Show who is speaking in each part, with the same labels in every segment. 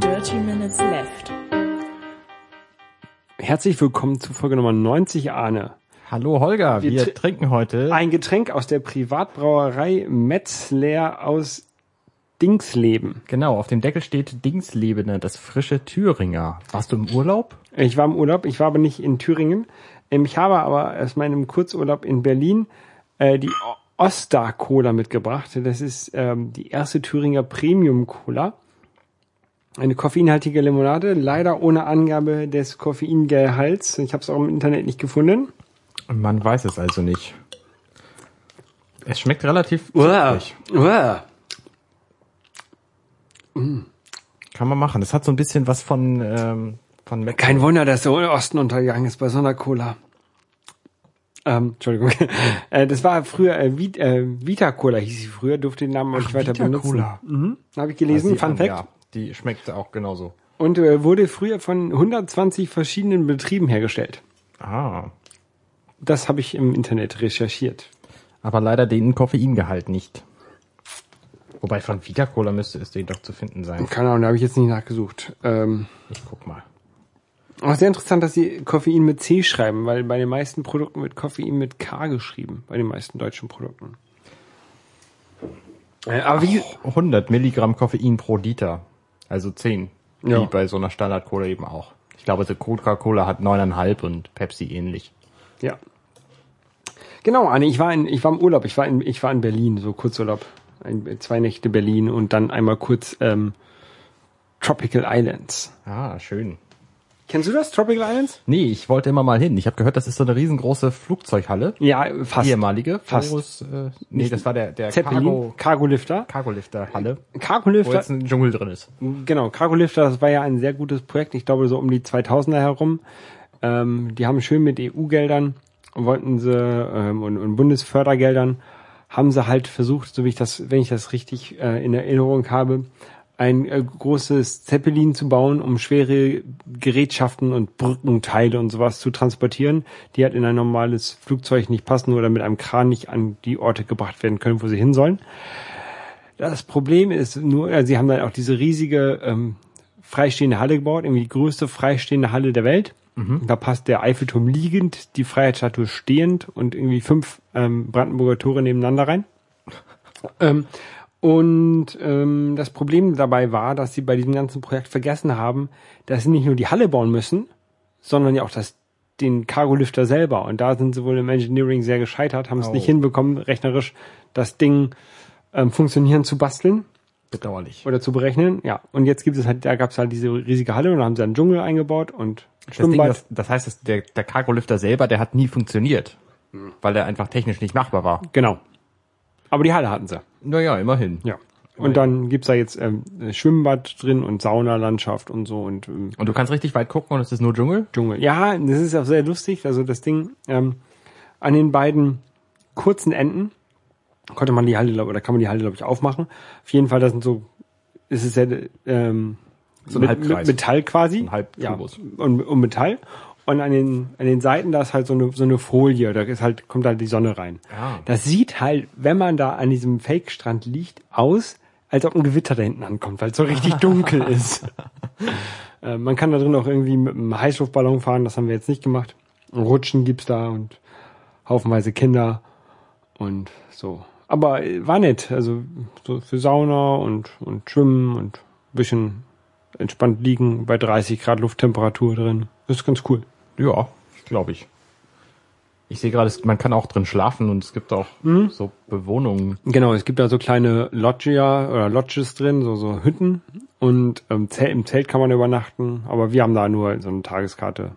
Speaker 1: 30 minutes left.
Speaker 2: Herzlich willkommen zu Folge Nummer 90, Arne.
Speaker 3: Hallo Holger, wir,
Speaker 2: Wir tr-
Speaker 3: trinken heute.
Speaker 2: Ein Getränk aus der Privatbrauerei Metzler aus Dingsleben.
Speaker 3: Genau, auf dem Deckel steht Dingslebene, das frische Thüringer. Warst du im Urlaub?
Speaker 2: Ich war im Urlaub, ich war aber nicht in Thüringen. Ähm, Ich habe aber aus meinem Kurzurlaub in Berlin äh, die O- Oster-Cola mitgebracht. Das ist ähm, die erste Thüringer Premium-Cola. Eine koffeinhaltige Limonade, leider ohne Angabe des Koffeingehalts. Ich habe es auch im Internet nicht gefunden.
Speaker 3: Man weiß es also nicht. Es schmeckt relativ süffig.
Speaker 2: Uah.
Speaker 3: Kann man machen. Es hat so ein bisschen was von ähm, von Mac
Speaker 2: Kein Wunder, dass der Osten untergegangen ist bei so einer Cola. Ähm, Entschuldigung. Äh, das war früher äh, Vi äh, Vita Cola hieß sie früher, durfte den Namen auch nicht weiter benutzen. Habe ich gelesen, Fun Fact.
Speaker 3: Mhm. Ja, die schmeckt auch genauso.
Speaker 2: Und äh, wurde früher von 120 verschiedenen Betrieben hergestellt.
Speaker 3: Ah,
Speaker 2: Das habe ich im Internet recherchiert.
Speaker 3: aber leider den Koffeingehalt nicht. Wobei von Vita Cola müsste es den doch zu finden sein.
Speaker 2: Keine Ahnung, da habe ich jetzt nicht nachgesucht. Ähm,
Speaker 3: Ich guck mal.
Speaker 2: auch sehr interessant, dass sie Koffein mit C schreiben, weil bei den meisten Produkten wird Koffein mit K geschrieben, bei den meisten deutschen Produkten. Äh, aber wie,
Speaker 3: 100 Milligramm Koffein pro Liter. Also 10.
Speaker 2: Ja.
Speaker 3: Wie bei so einer Standard-Cola eben auch. Ich glaube, die Coca-Cola hat 9,5 und Pepsi ähnlich.
Speaker 2: Ja. Genau, Anne, ich war in, ich war im Urlaub, ich war in, ich war in Berlin, so Kurzurlaub. Ein, zwei Nächte Berlin und dann einmal kurz ähm, Tropical Islands.
Speaker 3: Ah, schön.
Speaker 2: Kennst du das, Tropical Islands?
Speaker 3: Nee, ich wollte immer mal hin. Ich habe gehört, das ist so eine riesengroße Flugzeughalle.
Speaker 2: Ja, fast.
Speaker 3: Ehemalige.
Speaker 2: Fast.
Speaker 3: Vorus, äh, nee, das war der, der
Speaker 2: Zeppelin,
Speaker 3: Cargo,
Speaker 2: Cargo-Lifter.
Speaker 3: Cargo-Lifter-Halle, wo
Speaker 2: Cargo-Lifter,
Speaker 3: jetzt ein Dschungel drin ist.
Speaker 2: genau, Cargo-Lifter, das war ja ein sehr gutes Projekt, ich glaube so um die 2000er herum. Ähm, die haben schön mit EU-Geldern, wollten sie, ähm, und, und Bundesfördergeldern, haben sie halt versucht, so wie ich das, wenn ich das richtig äh, in Erinnerung habe, ein äh, großes Zeppelin zu bauen, um schwere Gerätschaften und Brückenteile und sowas zu transportieren, die halt in ein normales Flugzeug nicht passen oder mit einem Kran nicht an die Orte gebracht werden können, wo sie hin sollen. Das Problem ist nur, also sie haben dann auch diese riesige ähm, freistehende Halle gebaut, irgendwie die größte freistehende Halle der Welt. Da passt der Eiffelturm liegend, die Freiheitsstatue stehend und irgendwie fünf ähm, Brandenburger Tore nebeneinander rein. Ähm, und ähm, das Problem dabei war, dass sie bei diesem ganzen Projekt vergessen haben, dass sie nicht nur die Halle bauen müssen, sondern ja auch das den Cargolifter selber. Und da sind sie wohl im Engineering sehr gescheitert, haben es
Speaker 3: Oh.
Speaker 2: nicht hinbekommen, rechnerisch das Ding ähm, funktionieren zu basteln
Speaker 3: Bedauerlich.
Speaker 2: oder zu berechnen. Ja, und jetzt gibt es halt, da gab es halt diese riesige Halle und da haben sie einen Dschungel eingebaut und ein
Speaker 3: Das, Ding,
Speaker 2: Schwimmbad.
Speaker 3: das, das heißt, das, der, der Cargo-Lifter selber, der hat nie funktioniert. Weil der einfach technisch nicht machbar war.
Speaker 2: genau. Aber die Halle hatten sie.
Speaker 3: Naja, immerhin.
Speaker 2: Ja.
Speaker 3: Oh
Speaker 2: Und dann gibt's da jetzt ähm, ein Schwimmbad drin und Saunalandschaft und so und ähm,
Speaker 3: Und du kannst richtig weit gucken und es ist nur Dschungel?
Speaker 2: Dschungel. Ja, das ist auch sehr lustig. Also das Ding ähm, an den beiden kurzen Enden konnte man die Halle, glaub, oder kann man die Halle, glaube ich, aufmachen. Auf jeden Fall, das sind so, es ist ja ähm,
Speaker 3: So ein Halbkreis.
Speaker 2: Metall quasi.
Speaker 3: ein Halbkubus.
Speaker 2: Ja, und, und Metall. Und an den, an den Seiten, da ist halt so eine, so eine Folie, da ist halt, kommt halt die Sonne rein.
Speaker 3: Ah.
Speaker 2: Das sieht halt, wenn man da an diesem Fake-Strand liegt, aus, als ob ein Gewitter da hinten ankommt, weil es so richtig dunkel ist. Äh, man kann da drin auch irgendwie mit einem Heißluftballon fahren, das haben wir jetzt nicht gemacht. Rutschen gibt's da und haufenweise Kinder und so. Aber äh, war nett, also so für Sauna und, und Schwimmen und ein bisschen entspannt liegen bei 30 Grad Lufttemperatur drin. Das ist ganz cool.
Speaker 3: Ja, glaube ich. Ich sehe gerade, es- man kann auch drin schlafen und es gibt auch so Bewohnungen.
Speaker 2: Genau, es gibt da so kleine Loggia oder Lodges drin, so, so Hütten. Und ähm, Zelt, im Zelt kann man übernachten, aber wir haben da nur so eine Tageskarte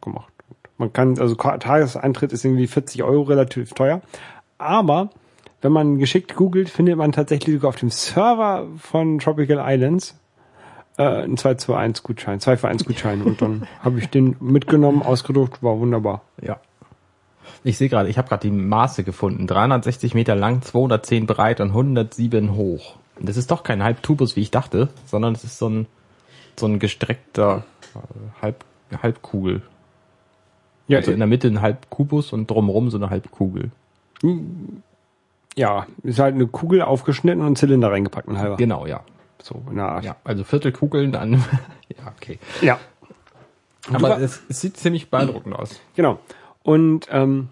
Speaker 2: gemacht. Man kann, also Ka- Tageseintritt ist irgendwie 40 Euro relativ teuer. Aber wenn man geschickt googelt, findet man tatsächlich sogar auf dem Server von Tropical Islands äh, einen 2 zu 1 Gutschein, 2 für 1 Gutschein. Und dann habe ich den mitgenommen, ausgedruckt, war wunderbar.
Speaker 3: Ja. Ich sehe gerade, ich habe gerade die Maße gefunden. 360 Meter lang, 210 breit und 107 hoch. Und das ist doch kein Halbtubus, wie ich dachte, sondern es ist so ein, so ein gestreckter äh, Halb, Halbkugel.
Speaker 2: Ja,
Speaker 3: Also in der Mitte ein Halbkubus und drumherum so eine Halbkugel.
Speaker 2: ja, ist halt eine Kugel aufgeschnitten und Zylinder reingepackt, ein halber.
Speaker 3: Genau, ja.
Speaker 2: So in der Art.
Speaker 3: Ja, also Viertelkugeln dann. ja, okay.
Speaker 2: ja.
Speaker 3: Aber
Speaker 2: Super.
Speaker 3: es, es sieht ziemlich beeindruckend aus.
Speaker 2: Genau. Und ähm,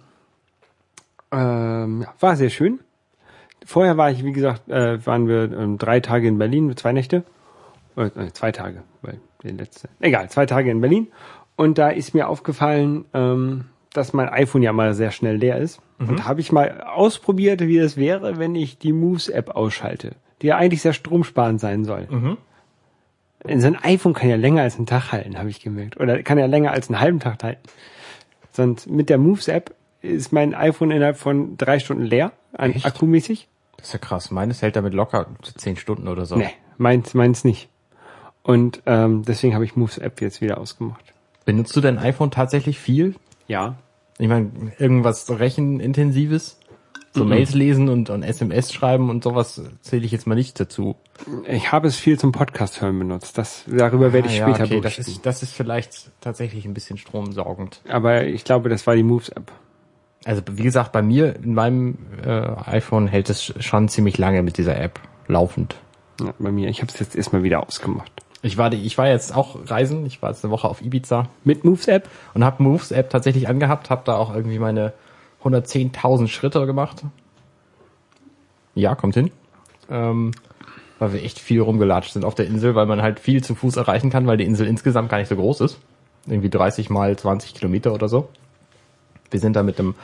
Speaker 2: ähm, ja, war sehr schön. Vorher war ich, wie gesagt, äh, waren wir ähm, drei Tage in Berlin, zwei Nächte. Äh, äh, zwei Tage, weil der letzte. Egal, zwei Tage in Berlin. Und da ist mir aufgefallen, ähm, dass mein iPhone ja mal sehr schnell leer ist. Und habe ich mal ausprobiert, wie das wäre, wenn ich die Moves-App ausschalte, die ja eigentlich sehr stromsparend sein soll. So ein iPhone kann ja länger als einen Tag halten, habe ich gemerkt. Oder kann ja länger als einen halben Tag halten. Sonst mit der Moves-App ist mein iPhone innerhalb von drei Stunden leer, an
Speaker 3: Echt?
Speaker 2: akkumäßig.
Speaker 3: Das ist ja krass. Meines hält damit locker zehn Stunden oder so.
Speaker 2: Nee, meins, meins nicht. Und ähm, deswegen habe ich Moves-App jetzt wieder ausgemacht.
Speaker 3: Benutzt du dein iPhone tatsächlich viel?
Speaker 2: Ja.
Speaker 3: Ich meine, irgendwas Rechenintensives? So Mails lesen und, und SMS schreiben und sowas zähle ich jetzt mal nicht dazu.
Speaker 2: Ich habe es viel zum Podcast hören benutzt. Das, darüber werde ich
Speaker 3: Ah ja,
Speaker 2: später
Speaker 3: okay, das
Speaker 2: berichten.
Speaker 3: ist, das ist vielleicht tatsächlich ein bisschen stromsaugend.
Speaker 2: Aber ich glaube, das war die Moves-App.
Speaker 3: Also wie gesagt, bei mir in meinem äh, iPhone hält es schon ziemlich lange mit dieser App laufend.
Speaker 2: Ja, bei mir. Ich habe es jetzt erstmal wieder ausgemacht.
Speaker 3: Ich war, die- ich war jetzt auch reisen, ich war jetzt eine Woche auf Ibiza
Speaker 2: Mit Moves-App?
Speaker 3: und habe Moves App tatsächlich angehabt, habe da auch irgendwie meine 110.000 Schritte gemacht. Ja, kommt hin. Ähm, weil wir echt viel rumgelatscht sind auf der Insel, weil man halt viel zu Fuß erreichen kann, weil die Insel insgesamt gar nicht so groß ist. Irgendwie 30 mal 20 Kilometer oder so. Wir sind da mit dem,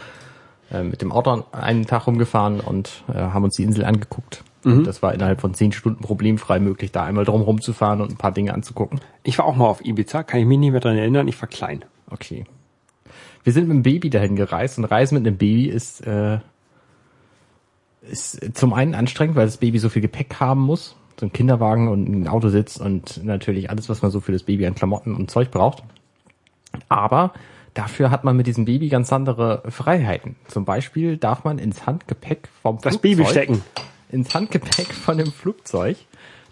Speaker 3: äh, mit dem Auto einen Tag rumgefahren und äh, haben uns die Insel angeguckt. Und das war innerhalb von 10 Stunden problemfrei möglich, da einmal drum rumzufahren und ein paar Dinge anzugucken.
Speaker 2: Ich war auch mal auf Ibiza, kann ich mich nicht mehr dran erinnern. Ich war klein.
Speaker 3: Okay. Wir sind mit einem Baby dahin gereist und Reisen mit einem Baby ist, äh, ist zum einen anstrengend, weil das Baby so viel Gepäck haben muss. So ein Kinderwagen und ein Autositz und natürlich alles, was man so für das Baby an Klamotten und Zeug braucht. Aber dafür hat man mit diesem Baby ganz andere Freiheiten. Zum Beispiel darf man ins Handgepäck vom
Speaker 2: Das Baby stecken.
Speaker 3: ins Handgepäck von dem Flugzeug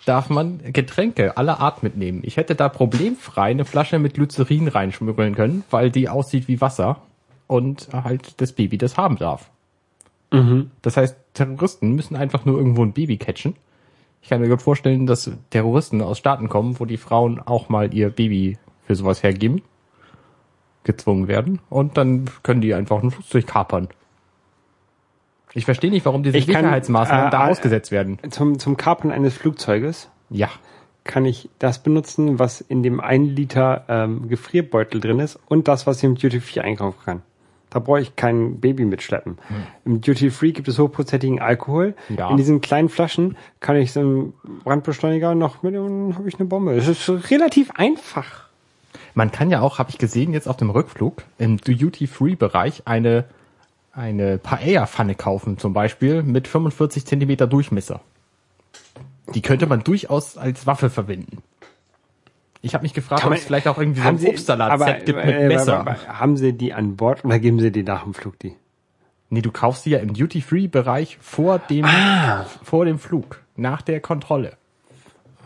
Speaker 3: darf man Getränke aller Art mitnehmen. Ich hätte da problemfrei eine Flasche mit Glycerin reinschmuggeln können, weil die aussieht wie Wasser und halt das Baby das haben darf.
Speaker 2: Mhm.
Speaker 3: Das heißt, Terroristen müssen einfach nur irgendwo ein Baby catchen. Ich kann mir gut vorstellen, dass Terroristen aus Staaten kommen, wo die Frauen auch mal ihr Baby für sowas hergeben, gezwungen werden und dann können die einfach ein Flugzeug kapern. Ich verstehe nicht, warum diese
Speaker 2: Ich kann,
Speaker 3: Sicherheitsmaßnahmen
Speaker 2: äh,
Speaker 3: da
Speaker 2: äh,
Speaker 3: ausgesetzt werden.
Speaker 2: Zum, zum Kapern eines Flugzeuges
Speaker 3: Ja.
Speaker 2: kann ich das benutzen, was in dem 1 Liter ähm, Gefrierbeutel drin ist und das, was ich im Duty Free einkaufen kann. Da brauche ich kein Baby mitschleppen. Im Duty Free gibt es hochprozentigen Alkohol.
Speaker 3: Hm. Ja.
Speaker 2: In diesen kleinen Flaschen kann ich so einen Brandbeschleuniger noch mit und dann habe ich eine Bombe. Es ist relativ einfach.
Speaker 3: Man kann ja auch, habe ich gesehen, jetzt auf dem Rückflug im Duty-Free-Bereich eine, eine Paella-Pfanne kaufen, zum Beispiel mit 45 Zentimeter Durchmesser. Die könnte man durchaus als Waffe verwenden. Ich habe mich gefragt, ob es vielleicht auch irgendwie so ein Obstsalat-Set gibt mit
Speaker 2: äh,
Speaker 3: Messer.
Speaker 2: aber- aber Haben Sie die an Bord oder geben Sie die nach dem Flug die?
Speaker 3: Nee, du kaufst sie ja im Duty-Free-Bereich vor dem,
Speaker 2: Ah.
Speaker 3: vor dem Flug, nach der Kontrolle.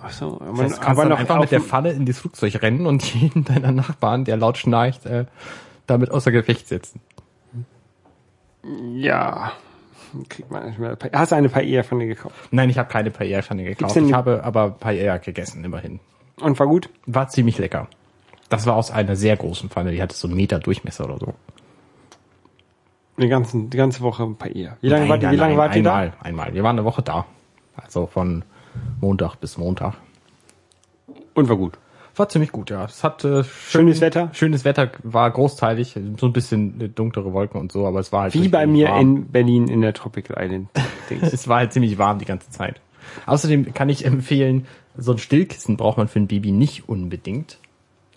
Speaker 2: Ach so,
Speaker 3: Das heißt, du kannst dann einfach
Speaker 2: auf
Speaker 3: mit der
Speaker 2: dem-
Speaker 3: Pfanne in das Flugzeug rennen und jeden deiner Nachbarn, der laut schnarcht, äh, damit außer Gefecht setzen.
Speaker 2: Ja. Kriegt man nicht mehr. Hast du eine Paella von dir gekauft?
Speaker 3: Nein, ich habe keine Paella-Pfanne gekauft.
Speaker 2: denn-
Speaker 3: Ich habe aber Paella gegessen, immerhin.
Speaker 2: Und war gut?
Speaker 3: War ziemlich lecker. Das war aus einer sehr großen Pfanne. Die hatte so einen Meter Durchmesser oder so.
Speaker 2: Die, ganzen, die ganze Woche Paella. Wie lange
Speaker 3: Nein,
Speaker 2: wart ihr,
Speaker 3: nein,
Speaker 2: wie lange
Speaker 3: nein,
Speaker 2: wart ihr da?
Speaker 3: einmal, Einmal. Wir waren eine Woche da. Also von Montag bis Montag.
Speaker 2: Und war gut.
Speaker 3: War ziemlich gut, ja. Es hat äh,
Speaker 2: Schönes Wetter?
Speaker 3: Schönes Wetter war großteilig, so ein bisschen äh, dunklere Wolken und so, aber es war halt
Speaker 2: Wie
Speaker 3: richtig
Speaker 2: bei mir
Speaker 3: warm.
Speaker 2: in Berlin in der Tropical Island. Dings.
Speaker 3: Es war halt ziemlich warm die ganze Zeit. Außerdem kann ich empfehlen, so ein Stillkissen braucht man für ein Baby nicht unbedingt.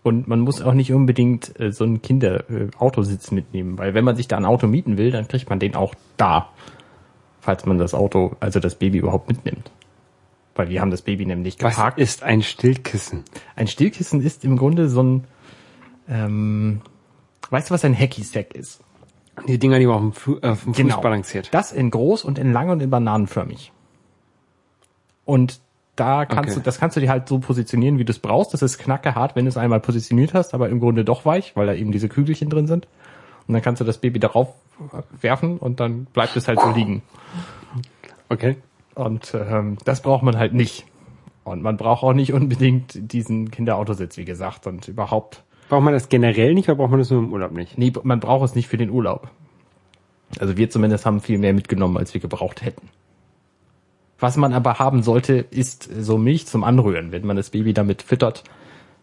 Speaker 3: Und man muss auch nicht unbedingt äh, so einen Kinder-Autositz mitnehmen, weil wenn man sich da ein Auto mieten will, dann kriegt man den auch da. Falls man das Auto, also das Baby überhaupt mitnimmt. Weil wir haben das Baby nämlich
Speaker 2: Was
Speaker 3: geparkt.
Speaker 2: ist ein Stillkissen?
Speaker 3: Ein Stillkissen ist im Grunde so ein, ähm, weißt du, was ein Hacky-Sack ist?
Speaker 2: Die Dinger, die man auf dem, Flu äh, auf dem Fuß balanciert.
Speaker 3: Das in groß und in lang und in bananenförmig. Und da kannst
Speaker 2: Okay.
Speaker 3: du, das kannst du dir halt so positionieren, wie du es brauchst. Das ist knackehart, wenn du es einmal positioniert hast, aber im Grunde doch weich, weil da eben diese Kügelchen drin sind. Und dann kannst du das Baby darauf werfen und dann bleibt es halt so liegen.
Speaker 2: Okay.
Speaker 3: Und ähm, das braucht man halt nicht. Und man braucht auch nicht unbedingt diesen Kinderautositz, wie gesagt, und überhaupt.
Speaker 2: Braucht man das generell nicht oder braucht man das nur im Urlaub nicht?
Speaker 3: Nee, man braucht es nicht für den Urlaub. Also wir zumindest haben viel mehr mitgenommen, als wir gebraucht hätten. Was man aber haben sollte, ist so Milch zum Anrühren, wenn man das Baby damit füttert,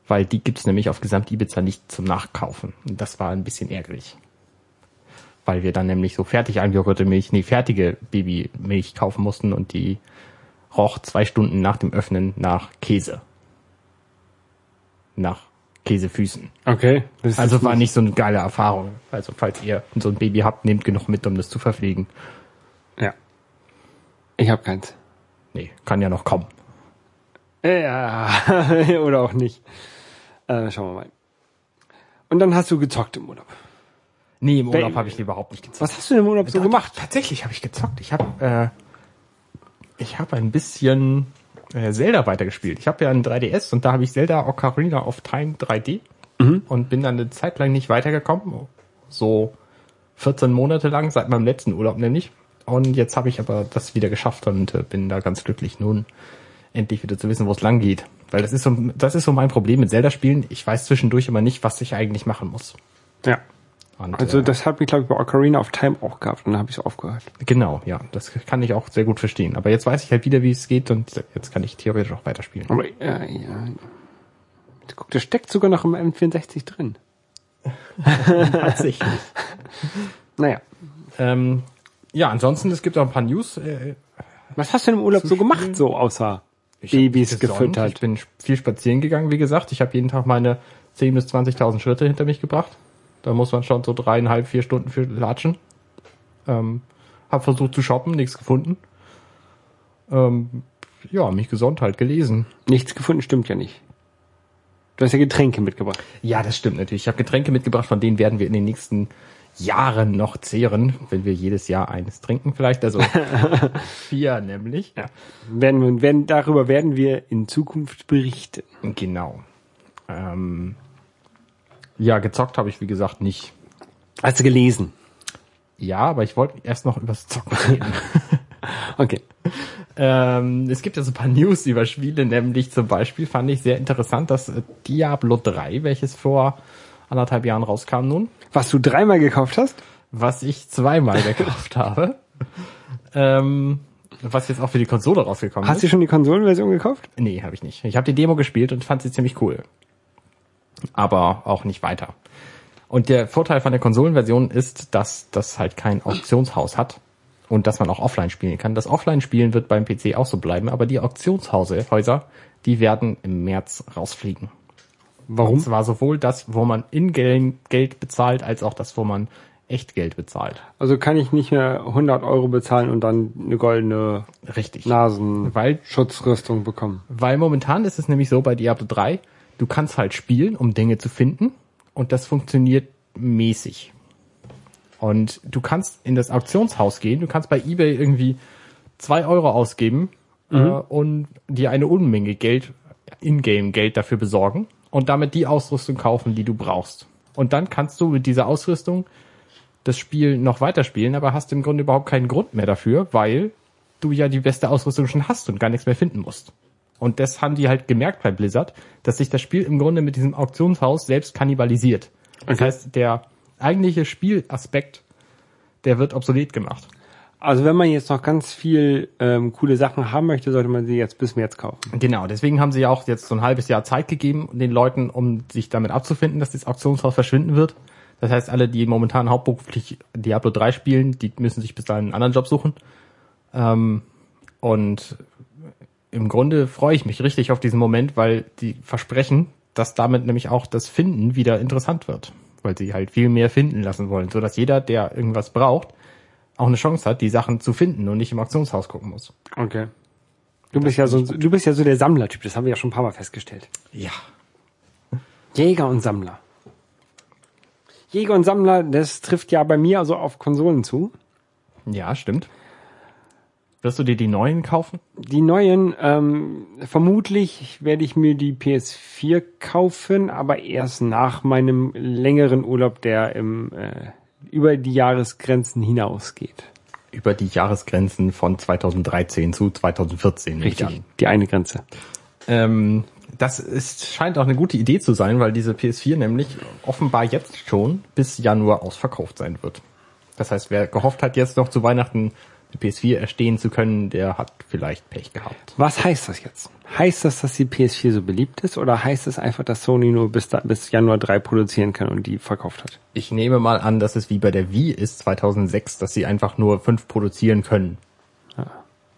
Speaker 3: weil die gibt's nämlich auf Gesamt-Ibiza nicht zum Nachkaufen. Und das war ein bisschen ärgerlich. Weil wir dann nämlich so fertig angerührte Milch, nee, fertige Babymilch kaufen mussten und die roch zwei Stunden nach dem Öffnen nach Käse. Nach Käsefüßen.
Speaker 2: Okay. Das ist
Speaker 3: Also war nicht so eine geile Erfahrung. Also falls ihr so ein Baby habt, nehmt genug mit, um das zu verpflegen.
Speaker 2: Ja. Ich habe keins.
Speaker 3: Nee, kann ja noch kommen.
Speaker 2: Ja, oder auch nicht. Äh, schauen wir mal. Und dann hast du gezockt im Urlaub.
Speaker 3: Nee, im Urlaub
Speaker 2: Baby.
Speaker 3: habe ich überhaupt nicht gezockt.
Speaker 2: Was hast du denn im Urlaub so
Speaker 3: Doch,
Speaker 2: gemacht?
Speaker 3: Tatsächlich habe ich gezockt. Ich habe äh, ich habe ein bisschen äh, Zelda weitergespielt. Ich habe ja einen 3DS und da habe ich Zelda Ocarina of Time 3D und bin dann eine Zeit lang nicht weitergekommen. So 14 Monate lang, seit meinem letzten Urlaub nämlich. Und jetzt habe ich aber das wieder geschafft und äh, bin da ganz glücklich nun endlich wieder zu wissen, wo es lang geht. Weil das ist so, das ist so mein Problem mit Zelda-Spielen. Ich weiß zwischendurch immer nicht, was ich eigentlich machen muss.
Speaker 2: Ja.
Speaker 3: Und,
Speaker 2: Also
Speaker 3: äh,
Speaker 2: das hat mich, glaube ich, bei Ocarina of Time auch gehabt und dann habe ich aufgehört.
Speaker 3: Genau, ja, das kann ich auch sehr gut verstehen. Aber jetzt weiß ich halt wieder, wie es geht und jetzt kann ich theoretisch auch weiterspielen.
Speaker 2: Aber äh, ja. Guck, das steckt sogar noch im M64 drin.
Speaker 3: Tatsächlich.
Speaker 2: Naja.
Speaker 3: ähm, ja, ansonsten, es gibt auch ein paar News. Äh,
Speaker 2: Was hast du denn im Urlaub so gemacht, so außer Babys
Speaker 3: hab mich gesonnt, Ich
Speaker 2: gefüttert?
Speaker 3: bin viel spazieren gegangen, wie gesagt. Ich habe jeden Tag meine 10.000 bis 20.000 Schritte hinter mich gebracht. Da muss man schon so dreieinhalb, vier Stunden für latschen. Ähm, hab versucht zu shoppen, nichts gefunden. Ähm, ja, mich gesund halt gelesen.
Speaker 2: Nichts gefunden stimmt ja nicht. Du hast ja Getränke mitgebracht.
Speaker 3: Ja, das stimmt natürlich. Ich habe Getränke mitgebracht, von denen werden wir in den nächsten Jahren noch zehren, wenn wir jedes Jahr eines trinken vielleicht. Also vier nämlich. Ja.
Speaker 2: Werden, wir- werden, darüber werden wir in Zukunft berichten.
Speaker 3: Genau. Ähm, ja, gezockt habe ich wie gesagt nicht.
Speaker 2: Hast du gelesen?
Speaker 3: Ja, aber ich wollte erst noch übers Zocken reden.
Speaker 2: Okay.
Speaker 3: ähm, es gibt ja so ein paar News über Spiele, nämlich zum Beispiel fand ich sehr interessant, dass äh, Diablo 3, welches vor anderthalb Jahren rauskam nun,
Speaker 2: Was du dreimal gekauft hast?
Speaker 3: was ich zweimal gekauft habe. Ähm, was jetzt auch für die Konsole rausgekommen
Speaker 2: Hast du
Speaker 3: ist.
Speaker 2: schon die Konsolenversion gekauft?
Speaker 3: nee, habe ich nicht. Ich habe die Demo gespielt und fand sie ziemlich cool. Aber auch nicht weiter. Und der Vorteil von der Konsolenversion ist, dass das halt kein Auktionshaus hat und dass man auch offline spielen kann. Das Offline-Spielen wird beim PC auch so bleiben, aber die Auktionshäuser, die werden im März rausfliegen. Und
Speaker 2: Warum?
Speaker 3: zwar sowohl das, wo man in Gel- Geld bezahlt, als auch das, wo man echt Geld bezahlt.
Speaker 2: Also kann ich nicht mehr 100 Euro bezahlen und dann eine goldene
Speaker 3: Richtig. Weil-
Speaker 2: Nasenschutzrüstung bekommen.
Speaker 3: Weil momentan ist es nämlich so bei Diablo 3, du kannst halt spielen, um Dinge zu finden und das funktioniert mäßig. Und du kannst in das Auktionshaus gehen, du kannst bei eBay irgendwie zwei Euro ausgeben äh, und dir eine Unmenge Geld, Ingame Geld dafür besorgen und damit die Ausrüstung kaufen, die du brauchst. Und dann kannst du mit dieser Ausrüstung das Spiel noch weiterspielen, aber hast im Grunde überhaupt keinen Grund mehr dafür, weil du ja die beste Ausrüstung schon hast und gar nichts mehr finden musst. Und das haben die halt gemerkt bei Blizzard, dass sich das Spiel im Grunde mit diesem Auktionshaus selbst kannibalisiert. Das
Speaker 2: Okay.
Speaker 3: heißt, der eigentliche Spielaspekt, der wird obsolet gemacht.
Speaker 2: Also wenn man jetzt noch ganz viel ähm, coole Sachen haben möchte, sollte man sie jetzt bis März kaufen.
Speaker 3: Genau, deswegen haben sie ja auch jetzt so ein halbes Jahr Zeit gegeben, den Leuten, um sich damit abzufinden, dass das Auktionshaus verschwinden wird. Das heißt, alle, die momentan hauptberuflich Diablo 3 spielen, die müssen sich bis dahin einen anderen Job suchen. Ähm, und im Grunde freue ich mich richtig auf diesen Moment, weil die versprechen, dass damit nämlich auch das Finden wieder interessant wird. Weil sie halt viel mehr finden lassen wollen, sodass jeder, der irgendwas braucht, auch eine Chance hat, die Sachen zu finden und nicht im Auktionshaus gucken muss.
Speaker 2: Okay. Du bist ja so, du bist ja so der Sammlertyp, das haben wir ja schon ein paar Mal festgestellt.
Speaker 3: Ja.
Speaker 2: Jäger und Sammler. Jäger und Sammler, das trifft ja bei mir also auf Konsolen zu.
Speaker 3: Ja, stimmt. Wirst du dir die neuen kaufen?
Speaker 2: Die neuen, ähm, vermutlich werde ich mir die PS4 kaufen, aber erst nach meinem längeren Urlaub, der im, äh, über die Jahresgrenzen hinausgeht.
Speaker 3: Über die Jahresgrenzen von 2013 zu 2014. nehme ich
Speaker 2: Richtig,
Speaker 3: an.
Speaker 2: die eine Grenze.
Speaker 3: Ähm, das ist, scheint auch eine gute Idee zu sein, weil diese PS4 nämlich offenbar jetzt schon bis Januar ausverkauft sein wird. Das heißt, wer gehofft hat, jetzt noch zu Weihnachten die PS4 erstehen zu können, der hat vielleicht Pech gehabt.
Speaker 2: Was heißt das jetzt? Heißt das, dass die PS4 so beliebt ist oder heißt es das einfach, dass Sony nur bis, da, bis Januar 3 produzieren kann und die verkauft hat?
Speaker 3: Ich nehme mal an, dass es wie bei der Wii ist 2006, dass sie einfach nur fünf produzieren können.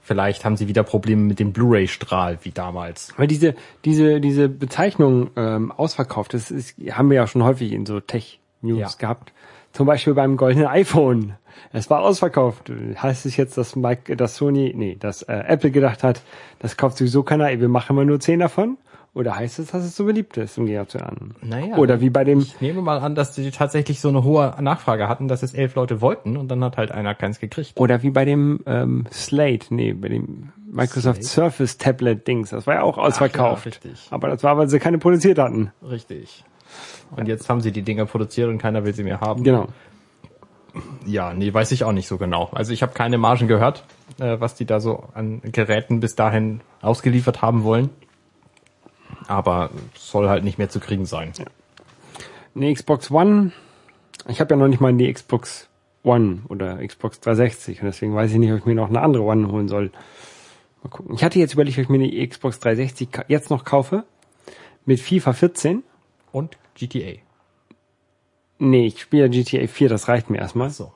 Speaker 3: Vielleicht haben sie wieder Probleme mit dem Blu-ray-Strahl wie damals.
Speaker 2: Weil diese, diese, diese Bezeichnung ähm, ausverkauft, das ist, haben wir ja schon häufig in so Tech-News
Speaker 3: Ja.
Speaker 2: gehabt. Zum Beispiel beim goldenen iPhone. Es war ausverkauft. Heißt es jetzt, dass Mike, dass Sony, nee, dass äh, Apple gedacht hat, das kauft sowieso keiner, ey, wir machen mal nur 10 davon? Oder heißt es, dass es so beliebt ist im Gegensatz zu den anderen?
Speaker 3: Naja,
Speaker 2: Oder wie bei dem,
Speaker 3: Ich nehme mal an, dass sie tatsächlich so eine hohe Nachfrage hatten, dass es elf Leute wollten und dann hat halt einer keins gekriegt.
Speaker 2: oder wie bei dem ähm, Slate, nee, bei dem Microsoft Surface Tablet Dings. Das war ja auch ausverkauft.
Speaker 3: richtig.
Speaker 2: Aber das war, weil sie keine produziert hatten.
Speaker 3: Richtig. Und jetzt haben sie die Dinger produziert und keiner will sie mehr haben.
Speaker 2: Genau.
Speaker 3: Ja, nee, weiß ich auch nicht so genau. Also ich habe keine Margen gehört, äh, was die da so an Geräten bis dahin ausgeliefert haben wollen. Aber soll halt nicht mehr zu kriegen sein.
Speaker 2: eine Xbox One. Ich habe ja noch nicht mal die Xbox One oder Xbox 360 und deswegen weiß ich nicht, ob ich mir noch eine andere One holen soll. Mal gucken. Ich hatte jetzt überlegt, ob ich mir eine Xbox 360 ka- jetzt noch kaufe mit FIFA 14.
Speaker 3: Und GTA.
Speaker 2: Nee, ich spiele ja GTA 4, das reicht mir erstmal.
Speaker 3: So.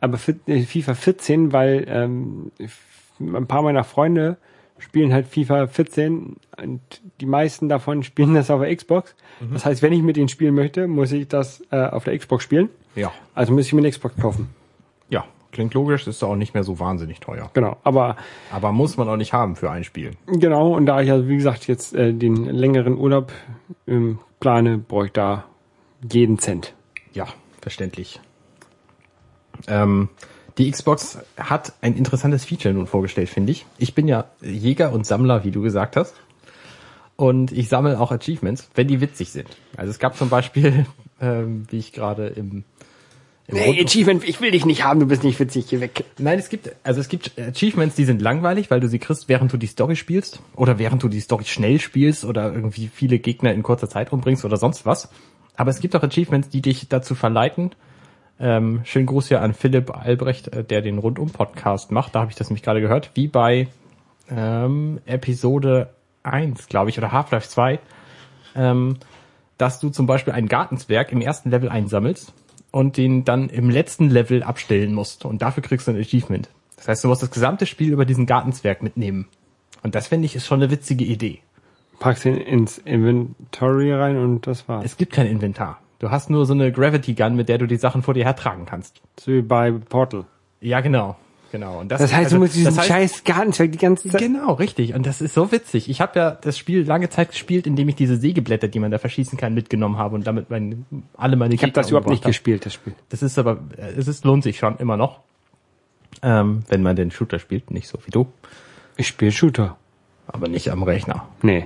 Speaker 2: Aber fi- äh, FIFA 14, weil ähm, f- ein paar meiner Freunde spielen halt FIFA 14 und die meisten davon spielen das auf der Xbox. Das heißt, wenn ich mit denen spielen möchte, muss ich das äh, auf der Xbox spielen.
Speaker 3: Ja.
Speaker 2: Also müsste ich mir eine Xbox kaufen.
Speaker 3: Ja. Klingt logisch, ist auch nicht mehr so wahnsinnig teuer.
Speaker 2: Genau. Aber
Speaker 3: Aber muss man auch nicht haben für ein Spiel.
Speaker 2: genau, und da ich ja, wie gesagt, jetzt äh, den längeren Urlaub ähm, plane, brauche ich da jeden Cent.
Speaker 3: Ja, verständlich. Ähm, die Xbox hat ein interessantes Feature nun vorgestellt, finde ich. Ich bin ja Jäger und Sammler, wie du gesagt hast. Und ich sammle auch Achievements, wenn die witzig sind. Also es gab zum Beispiel, ähm, wie ich gerade im, im Rund-
Speaker 2: Achievement, ich will dich nicht haben, du bist nicht witzig, geh weg.
Speaker 3: Nein, es gibt, also es gibt Achievements, die sind langweilig, weil du sie kriegst, während du die Story spielst oder während du die Story schnell spielst oder irgendwie viele Gegner in kurzer Zeit umbringst oder sonst was. Aber es gibt auch Achievements, die dich dazu verleiten. Ähm, schönen Gruß hier an Philipp Albrecht, äh, der den Rundum-Podcast macht. Da habe ich das nämlich gerade gehört. Wie bei ähm, Episode 1, glaube ich, oder Half-Life 2, ähm, dass du zum Beispiel einen Gartenzwerg im ersten Level einsammelst und den dann im letzten Level abstellen musst. Und dafür kriegst du ein Achievement. Das heißt, du musst das gesamte Spiel über diesen Gartenzwerg mitnehmen. Und das finde ich ist schon eine witzige Idee.
Speaker 2: Packst ihn ins Inventory rein und das war's.
Speaker 3: Es gibt kein Inventar. Du hast nur so eine Gravity Gun, mit der du die Sachen vor dir hertragen kannst.
Speaker 2: So wie bei Portal.
Speaker 3: Ja, genau. Genau. Und
Speaker 2: Das heißt,
Speaker 3: also,
Speaker 2: du musst diesen
Speaker 3: das heißt,
Speaker 2: scheiß Gartenzweig die ganze Zeit...
Speaker 3: Genau, richtig. Und das ist so witzig. Ich habe ja das Spiel lange Zeit gespielt, indem ich diese Sägeblätter, die man da verschießen kann, mitgenommen habe und damit mein, alle meine
Speaker 2: Ich habe das überhaupt nicht gespielt, das Spiel.
Speaker 3: Das ist aber, äh, es ist, lohnt sich schon immer noch. Ähm, wenn man den Shooter spielt, nicht so wie du,
Speaker 2: Ich spiele Shooter.
Speaker 3: aber nicht am Rechner.
Speaker 2: Nee.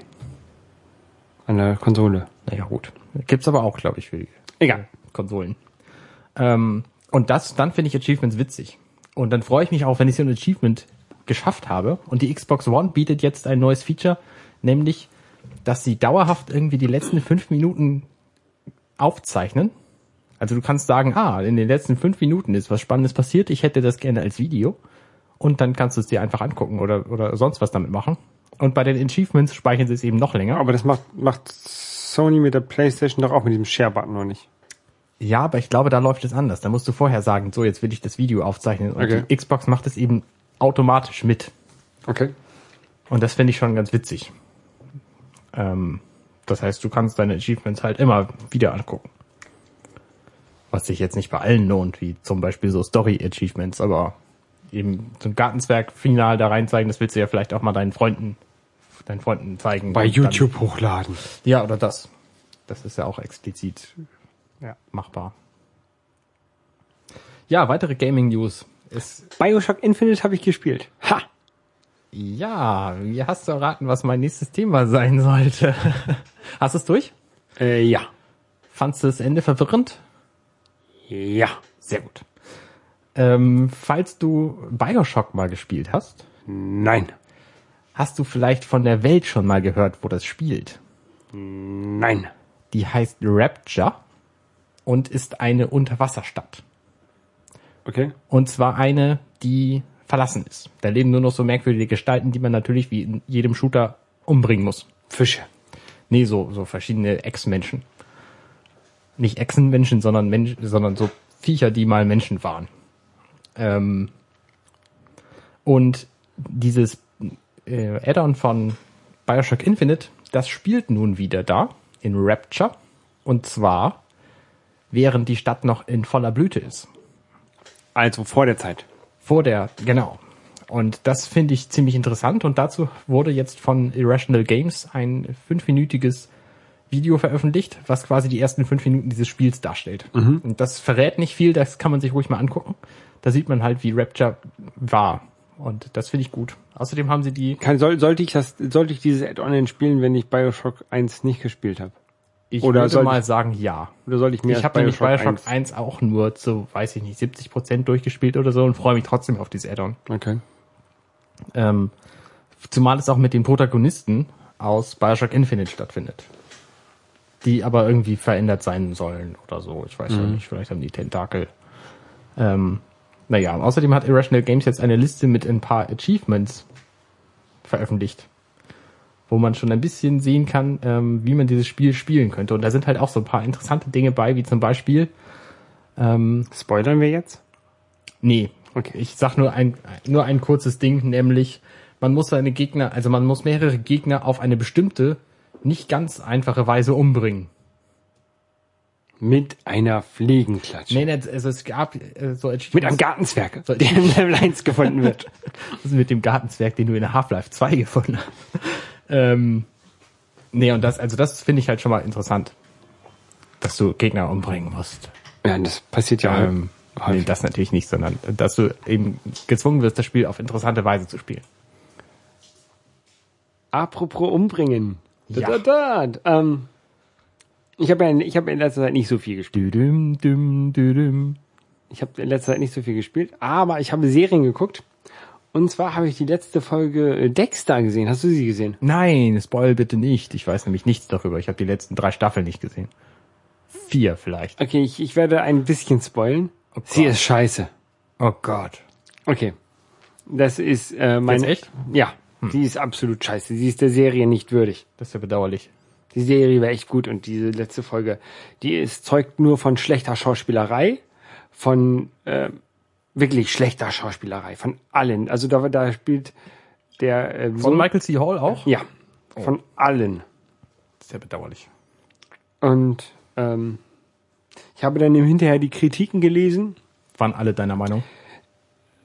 Speaker 2: An der Konsole.
Speaker 3: Naja, gut. Gibt's aber auch, glaube ich, für die
Speaker 2: Egal.
Speaker 3: Konsolen. Ähm, und das, dann finde ich Achievements witzig. Und dann freue ich mich auch, wenn ich so ein Achievement geschafft habe. Und die Xbox One bietet jetzt ein neues Feature, nämlich, dass sie dauerhaft irgendwie die letzten fünf Minuten aufzeichnen. Also du kannst sagen, ah, in den letzten fünf Minuten ist was Spannendes passiert, ich hätte das gerne als Video. Und dann kannst du es dir einfach angucken oder, oder sonst was damit machen. Und bei den Achievements speichern sie es eben noch länger.
Speaker 2: Aber das macht, macht Sony mit der Playstation doch auch mit dem Share-Button, oder nicht?
Speaker 3: Ja, aber ich glaube, da läuft es anders. Da musst du vorher sagen, so jetzt will ich das Video aufzeichnen. Und
Speaker 2: Okay.
Speaker 3: die Xbox macht es eben automatisch mit.
Speaker 2: Okay.
Speaker 3: Und das finde ich schon ganz witzig. Ähm, das heißt, du kannst deine Achievements halt immer wieder angucken. Was sich jetzt nicht bei allen lohnt, wie zum Beispiel so Story-Achievements, aber eben so ein Gartenzwerg-Final da rein zeigen, das willst du ja vielleicht auch mal deinen Freunden, deinen Freunden zeigen.
Speaker 2: Bei
Speaker 3: Und
Speaker 2: YouTube hochladen.
Speaker 3: Dann, ja, oder das. Das ist ja auch explizit
Speaker 2: Ja.
Speaker 3: machbar. Ja, weitere Gaming News. Es,
Speaker 2: Bioshock Infinite habe ich gespielt. Ha!
Speaker 3: ja, wie hast du erraten, was mein nächstes Thema sein sollte? Hast du es durch?
Speaker 2: Äh, ja.
Speaker 3: Fandst du das Ende verwirrend?
Speaker 2: Ja.
Speaker 3: Sehr gut. Ähm, falls du Bioshock mal gespielt hast,
Speaker 2: Nein.
Speaker 3: Hast du vielleicht von der Welt schon mal gehört, wo das spielt?
Speaker 2: Nein.
Speaker 3: Die heißt Rapture und ist eine Unterwasserstadt.
Speaker 2: Okay.
Speaker 3: Und zwar eine, die verlassen ist. Da leben nur noch so merkwürdige Gestalten, die man natürlich wie in jedem Shooter umbringen muss.
Speaker 2: Fische.
Speaker 3: Nee, so, so verschiedene Ex-Menschen. Nicht Echsenmenschen, sondern Mensch, sondern so Viecher, die mal Menschen waren. Ähm, und dieses äh, Add-on von Bioshock Infinite, das spielt nun wieder da in Rapture. Und zwar, während die Stadt noch in voller Blüte ist.
Speaker 2: Also vor der Zeit.
Speaker 3: Vor der, genau. Und das finde ich ziemlich interessant. Und dazu wurde jetzt von Irrational Games ein fünfminütiges Video veröffentlicht, was quasi die ersten fünf Minuten dieses Spiels darstellt. Und das verrät nicht viel, das kann man sich ruhig mal angucken. Da sieht man halt, wie Rapture war. Und das finde ich gut. Außerdem haben sie die,
Speaker 2: Kann, soll, sollte ich das, sollte ich dieses Add-on denn spielen, wenn ich Bioshock 1 nicht gespielt habe?
Speaker 3: ich
Speaker 2: Oder
Speaker 3: würde
Speaker 2: soll-
Speaker 3: mal sagen, ja.
Speaker 2: Oder soll ich mir
Speaker 3: ich
Speaker 2: erst
Speaker 3: habe nämlich Bioshock 1. auch nur zu, weiß ich nicht, 70 Prozent durchgespielt oder so und freue mich trotzdem auf dieses Add-on.
Speaker 2: Okay.
Speaker 3: Ähm, zumal es auch mit den Protagonisten aus Bioshock Infinite stattfindet. Die aber irgendwie verändert sein sollen oder so. Ich weiß ja nicht, vielleicht haben die Tentakel. Ähm, naja, außerdem hat Irrational Games jetzt eine Liste mit ein paar Achievements veröffentlicht. Wo man schon ein bisschen sehen kann, ähm, wie man dieses Spiel spielen könnte. Und da sind halt auch so ein paar interessante Dinge bei, wie zum Beispiel, ähm,
Speaker 2: Spoilern wir jetzt?
Speaker 3: Nee.
Speaker 2: Okay.
Speaker 3: Ich sag nur ein, nur ein kurzes Ding, nämlich man muss seine Gegner, also man muss mehrere Gegner auf eine bestimmte, nicht ganz einfache Weise umbringen.
Speaker 2: Mit einer Fliegenklatsche.
Speaker 3: Nee, nee, also es gab äh, so Achievements
Speaker 2: Mit einem Gartenzwerg,
Speaker 3: So-
Speaker 2: der in Level 1 gefunden wird.
Speaker 3: mit dem Gartenzwerg, den du in Half-Life 2 gefunden hast. Ähm, nee, und das, also das finde ich halt schon mal interessant, dass du Gegner umbringen musst.
Speaker 2: ja, das passiert ja halt.
Speaker 3: Ähm, nee,
Speaker 2: häufig.
Speaker 3: das natürlich nicht, sondern dass du eben gezwungen wirst, das Spiel auf interessante Weise zu spielen.
Speaker 2: Apropos umbringen.
Speaker 3: Ja.
Speaker 2: Da, da, da. Ähm, ich habe ja, in- ich hab in letzter Zeit nicht so viel gespielt.
Speaker 3: Düdüm, düm, düdüm.
Speaker 2: Ich habe in letzter Zeit nicht so viel gespielt, aber ich habe Serien geguckt. Und zwar habe ich die letzte Folge äh, Dexter gesehen. Hast du sie gesehen?
Speaker 3: Nein, spoil bitte nicht. Ich weiß nämlich nichts darüber. Ich habe die letzten drei Staffeln nicht gesehen. Vier vielleicht.
Speaker 2: Okay, ich, ich werde ein bisschen spoilen. sie
Speaker 3: Gott.
Speaker 2: ist scheiße.
Speaker 3: Oh Gott.
Speaker 2: Okay. Das ist äh, mein.
Speaker 3: Jetzt echt?
Speaker 2: Ja. Die ist absolut scheiße. Sie ist der Serie nicht würdig.
Speaker 3: Das ist ja bedauerlich.
Speaker 2: Die Serie war echt gut und diese letzte Folge, die ist, zeugt nur von schlechter Schauspielerei, von äh, wirklich schlechter Schauspielerei, von allen. Also da, da spielt der äh,
Speaker 3: Und
Speaker 2: Sohn,
Speaker 3: Michael C. Hall auch?
Speaker 2: ja, von allen.
Speaker 3: Das ist ja bedauerlich.
Speaker 2: Und ähm, ich habe dann im Hinterher die Kritiken gelesen.
Speaker 3: Waren alle deiner Meinung?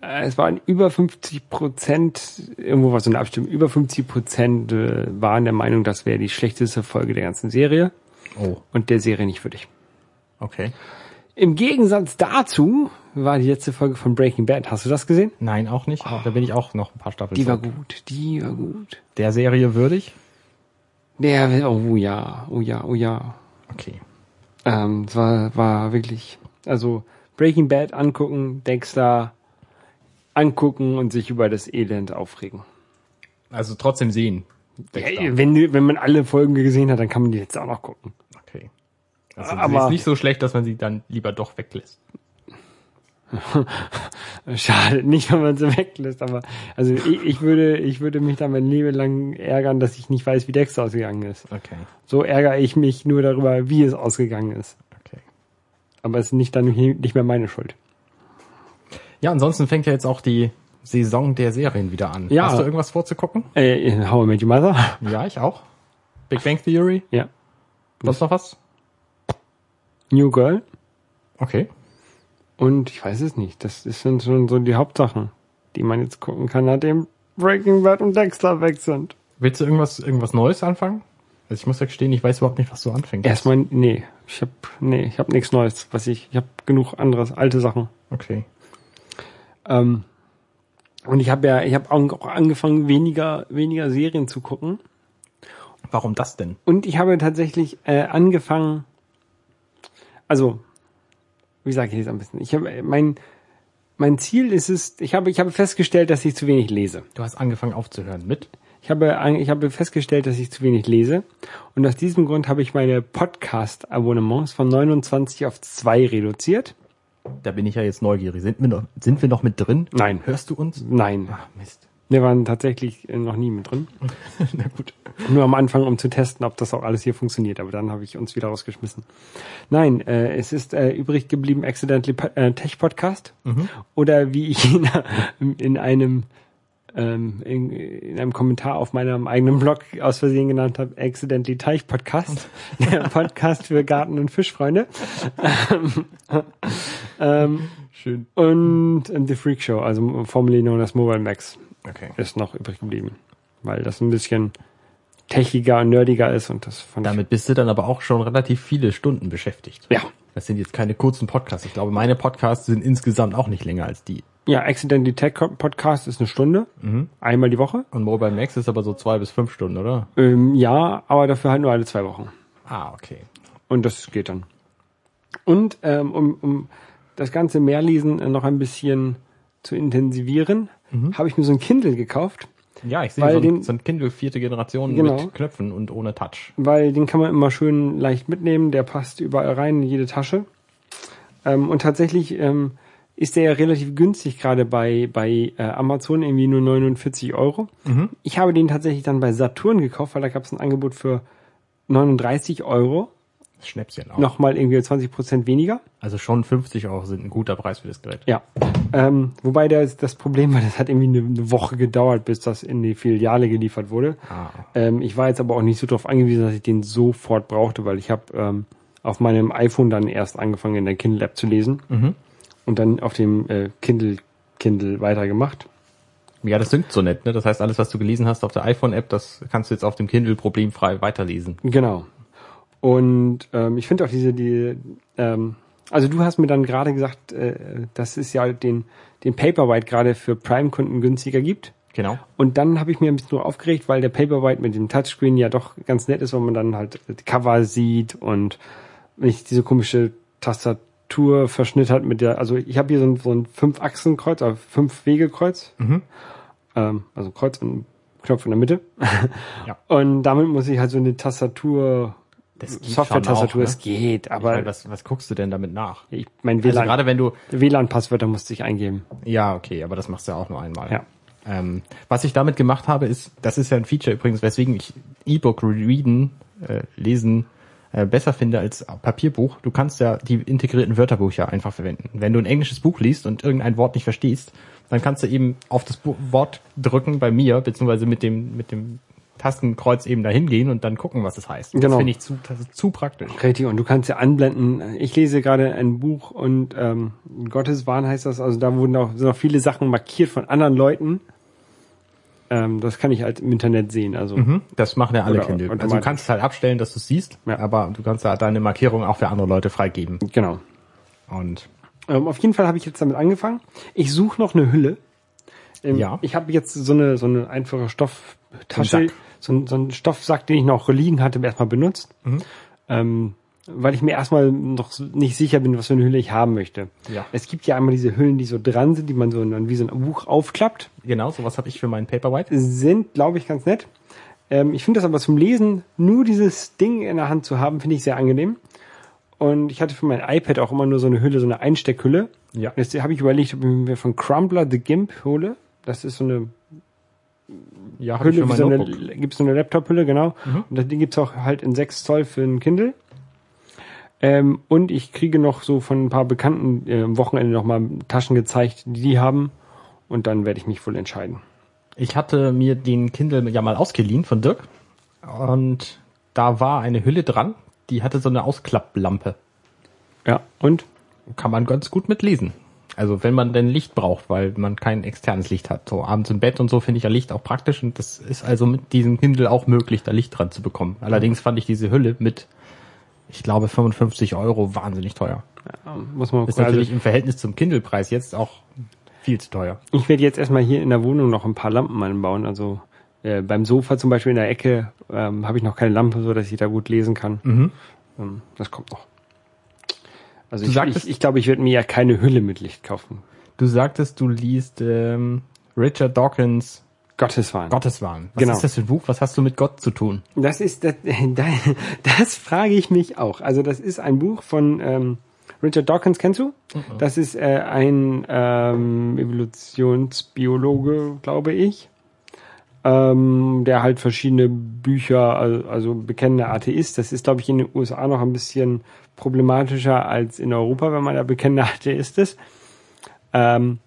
Speaker 2: Äh, Es waren über 50 Prozent, irgendwo war so eine Abstimmung, über 50 Prozent äh, waren der Meinung, das wäre die schlechteste Folge der ganzen Serie
Speaker 3: Oh,
Speaker 2: und der Serie nicht würdig.
Speaker 3: okay.
Speaker 2: Im Gegensatz dazu war die letzte Folge von Breaking Bad. Hast du das gesehen?
Speaker 3: Nein, auch nicht. Da bin ich auch noch ein paar Staffeln.
Speaker 2: Die war
Speaker 3: zurück.
Speaker 2: gut, die war gut.
Speaker 3: Der Serie würdig?
Speaker 2: Der, oh ja, oh ja, oh ja.
Speaker 3: Okay.
Speaker 2: Ähm, es war, war wirklich, also Breaking Bad angucken, Dexter angucken und sich über das Elend aufregen.
Speaker 3: Also trotzdem sehen.
Speaker 2: Ja, wenn, wenn man alle Folgen gesehen hat, dann kann man die jetzt auch noch gucken.
Speaker 3: Okay. Also sie
Speaker 2: Aber-
Speaker 3: ist nicht so schlecht, dass man sie dann lieber doch weglässt.
Speaker 2: Äh, Schade, nicht, wenn man sie weglässt, aber also ich, ich würde, ich würde mich da mein Leben lang ärgern, dass ich nicht weiß, wie Dexter ausgegangen ist.
Speaker 3: Okay.
Speaker 2: So ärgere ich mich nur darüber, wie es ausgegangen ist.
Speaker 3: Okay.
Speaker 2: Aber es ist nicht dann nicht mehr meine Schuld.
Speaker 3: Ja, ansonsten fängt ja jetzt auch die Saison der Serien wieder an.
Speaker 2: Ja.
Speaker 3: Hast du irgendwas vorzugucken?
Speaker 2: Äh, in How I Met Your Mother?
Speaker 3: Ja, ich auch. Big Bang Theory.
Speaker 2: ja.
Speaker 3: Sonst noch was?
Speaker 2: New Girl?
Speaker 3: Okay.
Speaker 2: Und ich weiß es nicht. Das ist- sind schon so die Hauptsachen, die man jetzt gucken kann, nachdem Breaking Bad und Dexter weg sind.
Speaker 3: Willst du irgendwas, irgendwas Neues anfangen? Also ich muss ja gestehen, ich weiß überhaupt nicht, was du anfängst.
Speaker 2: Erstmal, nee. Ich hab, nee, ich hab nichts Neues, was ich, ich hab genug anderes, alte Sachen.
Speaker 3: Okay.
Speaker 2: Ähm, und ich habe ja, ich habe auch angefangen, weniger, weniger Serien zu gucken.
Speaker 3: Warum das denn?
Speaker 2: Und ich habe tatsächlich äh, angefangen, also, wie sage ich das am besten? Ich habe äh, mein mein Ziel ist es, ich habe ich habe festgestellt, dass ich zu wenig lese.
Speaker 3: Du hast angefangen aufzuhören mit?
Speaker 2: Ich habe, ein- ich habe festgestellt, dass ich zu wenig lese. Und aus diesem Grund habe ich meine Podcast-Abonnements von 29 auf 2 reduziert.
Speaker 3: Da bin ich ja jetzt neugierig. Sind wir noch, sind wir noch mit drin?
Speaker 2: Nein.
Speaker 3: Hörst du uns?
Speaker 2: Nein,
Speaker 3: Ach, Mist.
Speaker 2: wir waren tatsächlich äh, noch nie mit drin.
Speaker 3: Na gut.
Speaker 2: Nur am Anfang, um zu testen, ob das auch alles hier funktioniert. Aber dann habe ich uns wieder rausgeschmissen. Nein, äh, es ist äh, übrig geblieben Accidentally Po- äh, Tech Podcast. Oder wie ich ihn in einem ähm, in, in einem Kommentar auf meinem eigenen Blog aus Versehen genannt habe, Accidentally Teich Podcast, der Podcast für Garten- und Fischfreunde
Speaker 3: Schön.
Speaker 2: und ähm, The Freak Show, also formerly known as Mobile Max,
Speaker 3: Okay.
Speaker 2: ist noch übrig geblieben, weil das ein bisschen techiger und nerdiger ist und das fand
Speaker 3: Damit bist du dann aber auch schon relativ viele Stunden beschäftigt.
Speaker 2: ich, ja,
Speaker 3: Das sind jetzt keine kurzen Podcasts. Ich glaube, meine Podcasts sind insgesamt auch nicht länger als die.
Speaker 2: Ja, Accidentally Tech Podcast ist eine Stunde, einmal die Woche.
Speaker 3: Und Mobile Max ist aber so zwei bis fünf Stunden, oder?
Speaker 2: Ähm, ja, aber dafür halt nur alle zwei Wochen.
Speaker 3: Ah, okay.
Speaker 2: Und das geht dann. Und ähm, um, um das ganze Mehrlesen äh, noch ein bisschen zu intensivieren, habe ich mir so ein Kindle gekauft,
Speaker 3: Ja, ich sehe
Speaker 2: Weil
Speaker 3: so, ein-
Speaker 2: den-
Speaker 3: so ein Kindle vierte Generation
Speaker 2: Genau.
Speaker 3: mit Knöpfen und ohne Touch.
Speaker 2: weil den kann man immer schön leicht mitnehmen, der passt überall rein in jede Tasche. Ähm, und tatsächlich ähm, ist der ja relativ günstig gerade bei, bei äh, Amazon, irgendwie nur 49 Euro. Ich habe den tatsächlich dann bei Saturn gekauft, weil da gab es ein Angebot für 39 Euro,
Speaker 3: Schnäppchen auch.
Speaker 2: nochmal irgendwie 20 Prozent weniger.
Speaker 3: Also schon 50 Euro sind ein guter Preis für das Gerät.
Speaker 2: Ja. Ähm, wobei das, das Problem war, das hat irgendwie eine, eine Woche gedauert, bis das in die Filiale geliefert wurde.
Speaker 3: Ah.
Speaker 2: Ähm, ich war jetzt aber auch nicht so darauf angewiesen, dass ich den sofort brauchte, weil ich habe ähm, auf meinem iPhone dann erst angefangen, in der Kindle App zu lesen und dann auf dem äh, Kindle Kindle weitergemacht.
Speaker 3: Ja, das klingt so nett, ne? Das heißt, alles, was du gelesen hast auf der iPhone-App, das kannst du jetzt auf dem Kindle problemfrei weiterlesen.
Speaker 2: Genau. Und ähm, ich finde auch diese, die, ähm, also du hast mir dann gerade gesagt, äh, dass es ja den, den Paperwhite gerade für Prime-Kunden günstiger gibt.
Speaker 3: Genau.
Speaker 2: Und dann habe ich mir ein bisschen nur aufgeregt, weil der Paperwhite mit dem Touchscreen ja doch ganz nett ist, weil man dann halt die Cover sieht und nicht diese komische Tastaturverschnitt hat mit der, also ich habe hier so ein, so ein Fünf-Achsen-Kreuz, also Fünf-Wege-Kreuz,
Speaker 3: Mhm.
Speaker 2: ähm, also Kreuz und Knopf in der Mitte.
Speaker 3: Ja.
Speaker 2: Und damit muss ich halt so eine Tastatur,
Speaker 3: Das geht
Speaker 2: Software-Tastatur,
Speaker 3: schon auch,
Speaker 2: es geht,
Speaker 3: ne? Weil
Speaker 2: aber
Speaker 3: was, was guckst du denn damit nach?
Speaker 2: ich, mein
Speaker 3: Also
Speaker 2: WLAN,
Speaker 3: gerade wenn du,
Speaker 2: WLAN-Passwörter musste ich eingeben.
Speaker 3: Ja, okay, aber das machst du ja auch nur einmal.
Speaker 2: Ja.
Speaker 3: Ähm, was ich damit gemacht habe, ist, das ist ja ein Feature übrigens, weswegen ich E-Book readen, äh, lesen äh, besser finde als Papierbuch. Du kannst ja die integrierten Wörterbücher einfach verwenden. Wenn du ein englisches Buch liest und irgendein Wort nicht verstehst, dann kannst du eben auf das Bu Wort drücken bei mir, beziehungsweise mit dem, mit dem Tastenkreuz eben dahin gehen und dann gucken, was es heißt. Das
Speaker 2: Genau.
Speaker 3: finde ich zu, das ist zu praktisch.
Speaker 2: Richtig, und du kannst ja anblenden. Ich lese gerade ein Buch und ähm, Gotteswahn heißt das. Also da wurden auch, sind auch viele Sachen markiert von anderen Leuten. Ähm, das kann ich halt im Internet sehen. Also
Speaker 3: Das machen ja alle
Speaker 2: Oder
Speaker 3: Kinder. Also du
Speaker 2: automatisch.
Speaker 3: kannst es halt abstellen, dass du es siehst,
Speaker 2: Ja.
Speaker 3: aber du kannst da deine Markierung auch für andere Leute freigeben.
Speaker 2: genau.
Speaker 3: Und
Speaker 2: Ähm, auf jeden Fall habe ich jetzt damit angefangen. Ich suche noch eine Hülle. Ähm,
Speaker 3: Ja.
Speaker 2: Ich habe jetzt so eine so eine einfache
Speaker 3: So ein
Speaker 2: Stofftasche,
Speaker 3: Sack.
Speaker 2: so ein, so ein Stoffsack, den ich noch liegen hatte, erstmal benutzt.
Speaker 3: Mhm.
Speaker 2: Ähm, weil ich mir erstmal noch so nicht sicher bin, was für eine Hülle ich haben möchte.
Speaker 3: Ja.
Speaker 2: Es gibt ja einmal diese Hüllen, die so dran sind, die man so dann wie so ein Buch aufklappt.
Speaker 3: genau, sowas habe ich für meinen Paperwhite.
Speaker 2: Sind, glaube ich, ganz nett. Ähm, ich finde das aber zum Lesen, nur dieses Ding in der Hand zu haben, finde ich sehr angenehm. Und ich hatte für mein iPad auch immer nur so eine Hülle, so eine Einsteckhülle.
Speaker 3: Ja.
Speaker 2: Und jetzt habe ich überlegt, ob ich mir von Crumbler The Gimp hole. Das ist so eine
Speaker 3: Ja, habe ich für
Speaker 2: Hülle, wie
Speaker 3: mein
Speaker 2: so eine,
Speaker 3: Notebook. Mhm.
Speaker 2: gibt so eine Laptop-Hülle, genau. Und das Ding gibt's auch halt in 6 Zoll für ein Kindle. Ähm, und ich kriege noch so von ein paar Bekannten äh, am Wochenende nochmal Taschen gezeigt, die die haben. Und dann werde ich mich wohl entscheiden.
Speaker 3: Ich hatte mir den Kindle ja mal ausgeliehen von Dirk und da war eine Hülle dran, die hatte so eine Ausklapplampe.
Speaker 2: Ja, und?
Speaker 3: Kann man ganz gut mitlesen. Also wenn man denn Licht braucht, weil man kein externes Licht hat. So abends im Bett und so finde ich ja Licht auch praktisch und das ist also mit diesem Kindle auch möglich, da Licht dran zu bekommen. Allerdings fand ich diese Hülle mit, ich glaube, 55 Euro wahnsinnig teuer.
Speaker 2: Ähm, muss man mal
Speaker 3: Ist
Speaker 2: gucken. Also
Speaker 3: natürlich im Verhältnis zum Kindle-Preis jetzt auch viel zu teuer.
Speaker 2: ich werde jetzt erstmal hier in der Wohnung noch ein paar Lampen anbauen. Also äh, beim Sofa zum Beispiel in der Ecke ähm, habe ich noch keine Lampe, so dass ich da gut lesen kann. Ähm, das kommt noch. Also
Speaker 3: Mhm. Du
Speaker 2: ich glaube,
Speaker 3: sagtest-
Speaker 2: ich, ich, glaub, ich werde mir ja keine Hülle mit Licht kaufen.
Speaker 3: Du sagtest, du liest ähm, Richard Dawkins
Speaker 2: Gotteswahn.
Speaker 3: Gotteswahn. Was
Speaker 2: Genau.
Speaker 3: ist das für ein Buch? Was hast du mit Gott zu tun?
Speaker 2: Das ist das, das, das frage ich mich auch. Also das ist ein Buch von ähm, Richard Dawkins, kennst du? Das ist äh, ein ähm, Evolutionsbiologe, glaube ich, ähm, der halt verschiedene Bücher, also, also bekennender Atheist. Das ist, glaube ich, in den USA noch ein bisschen problematischer als in Europa, wenn man da bekennender Atheist ist. Ähm,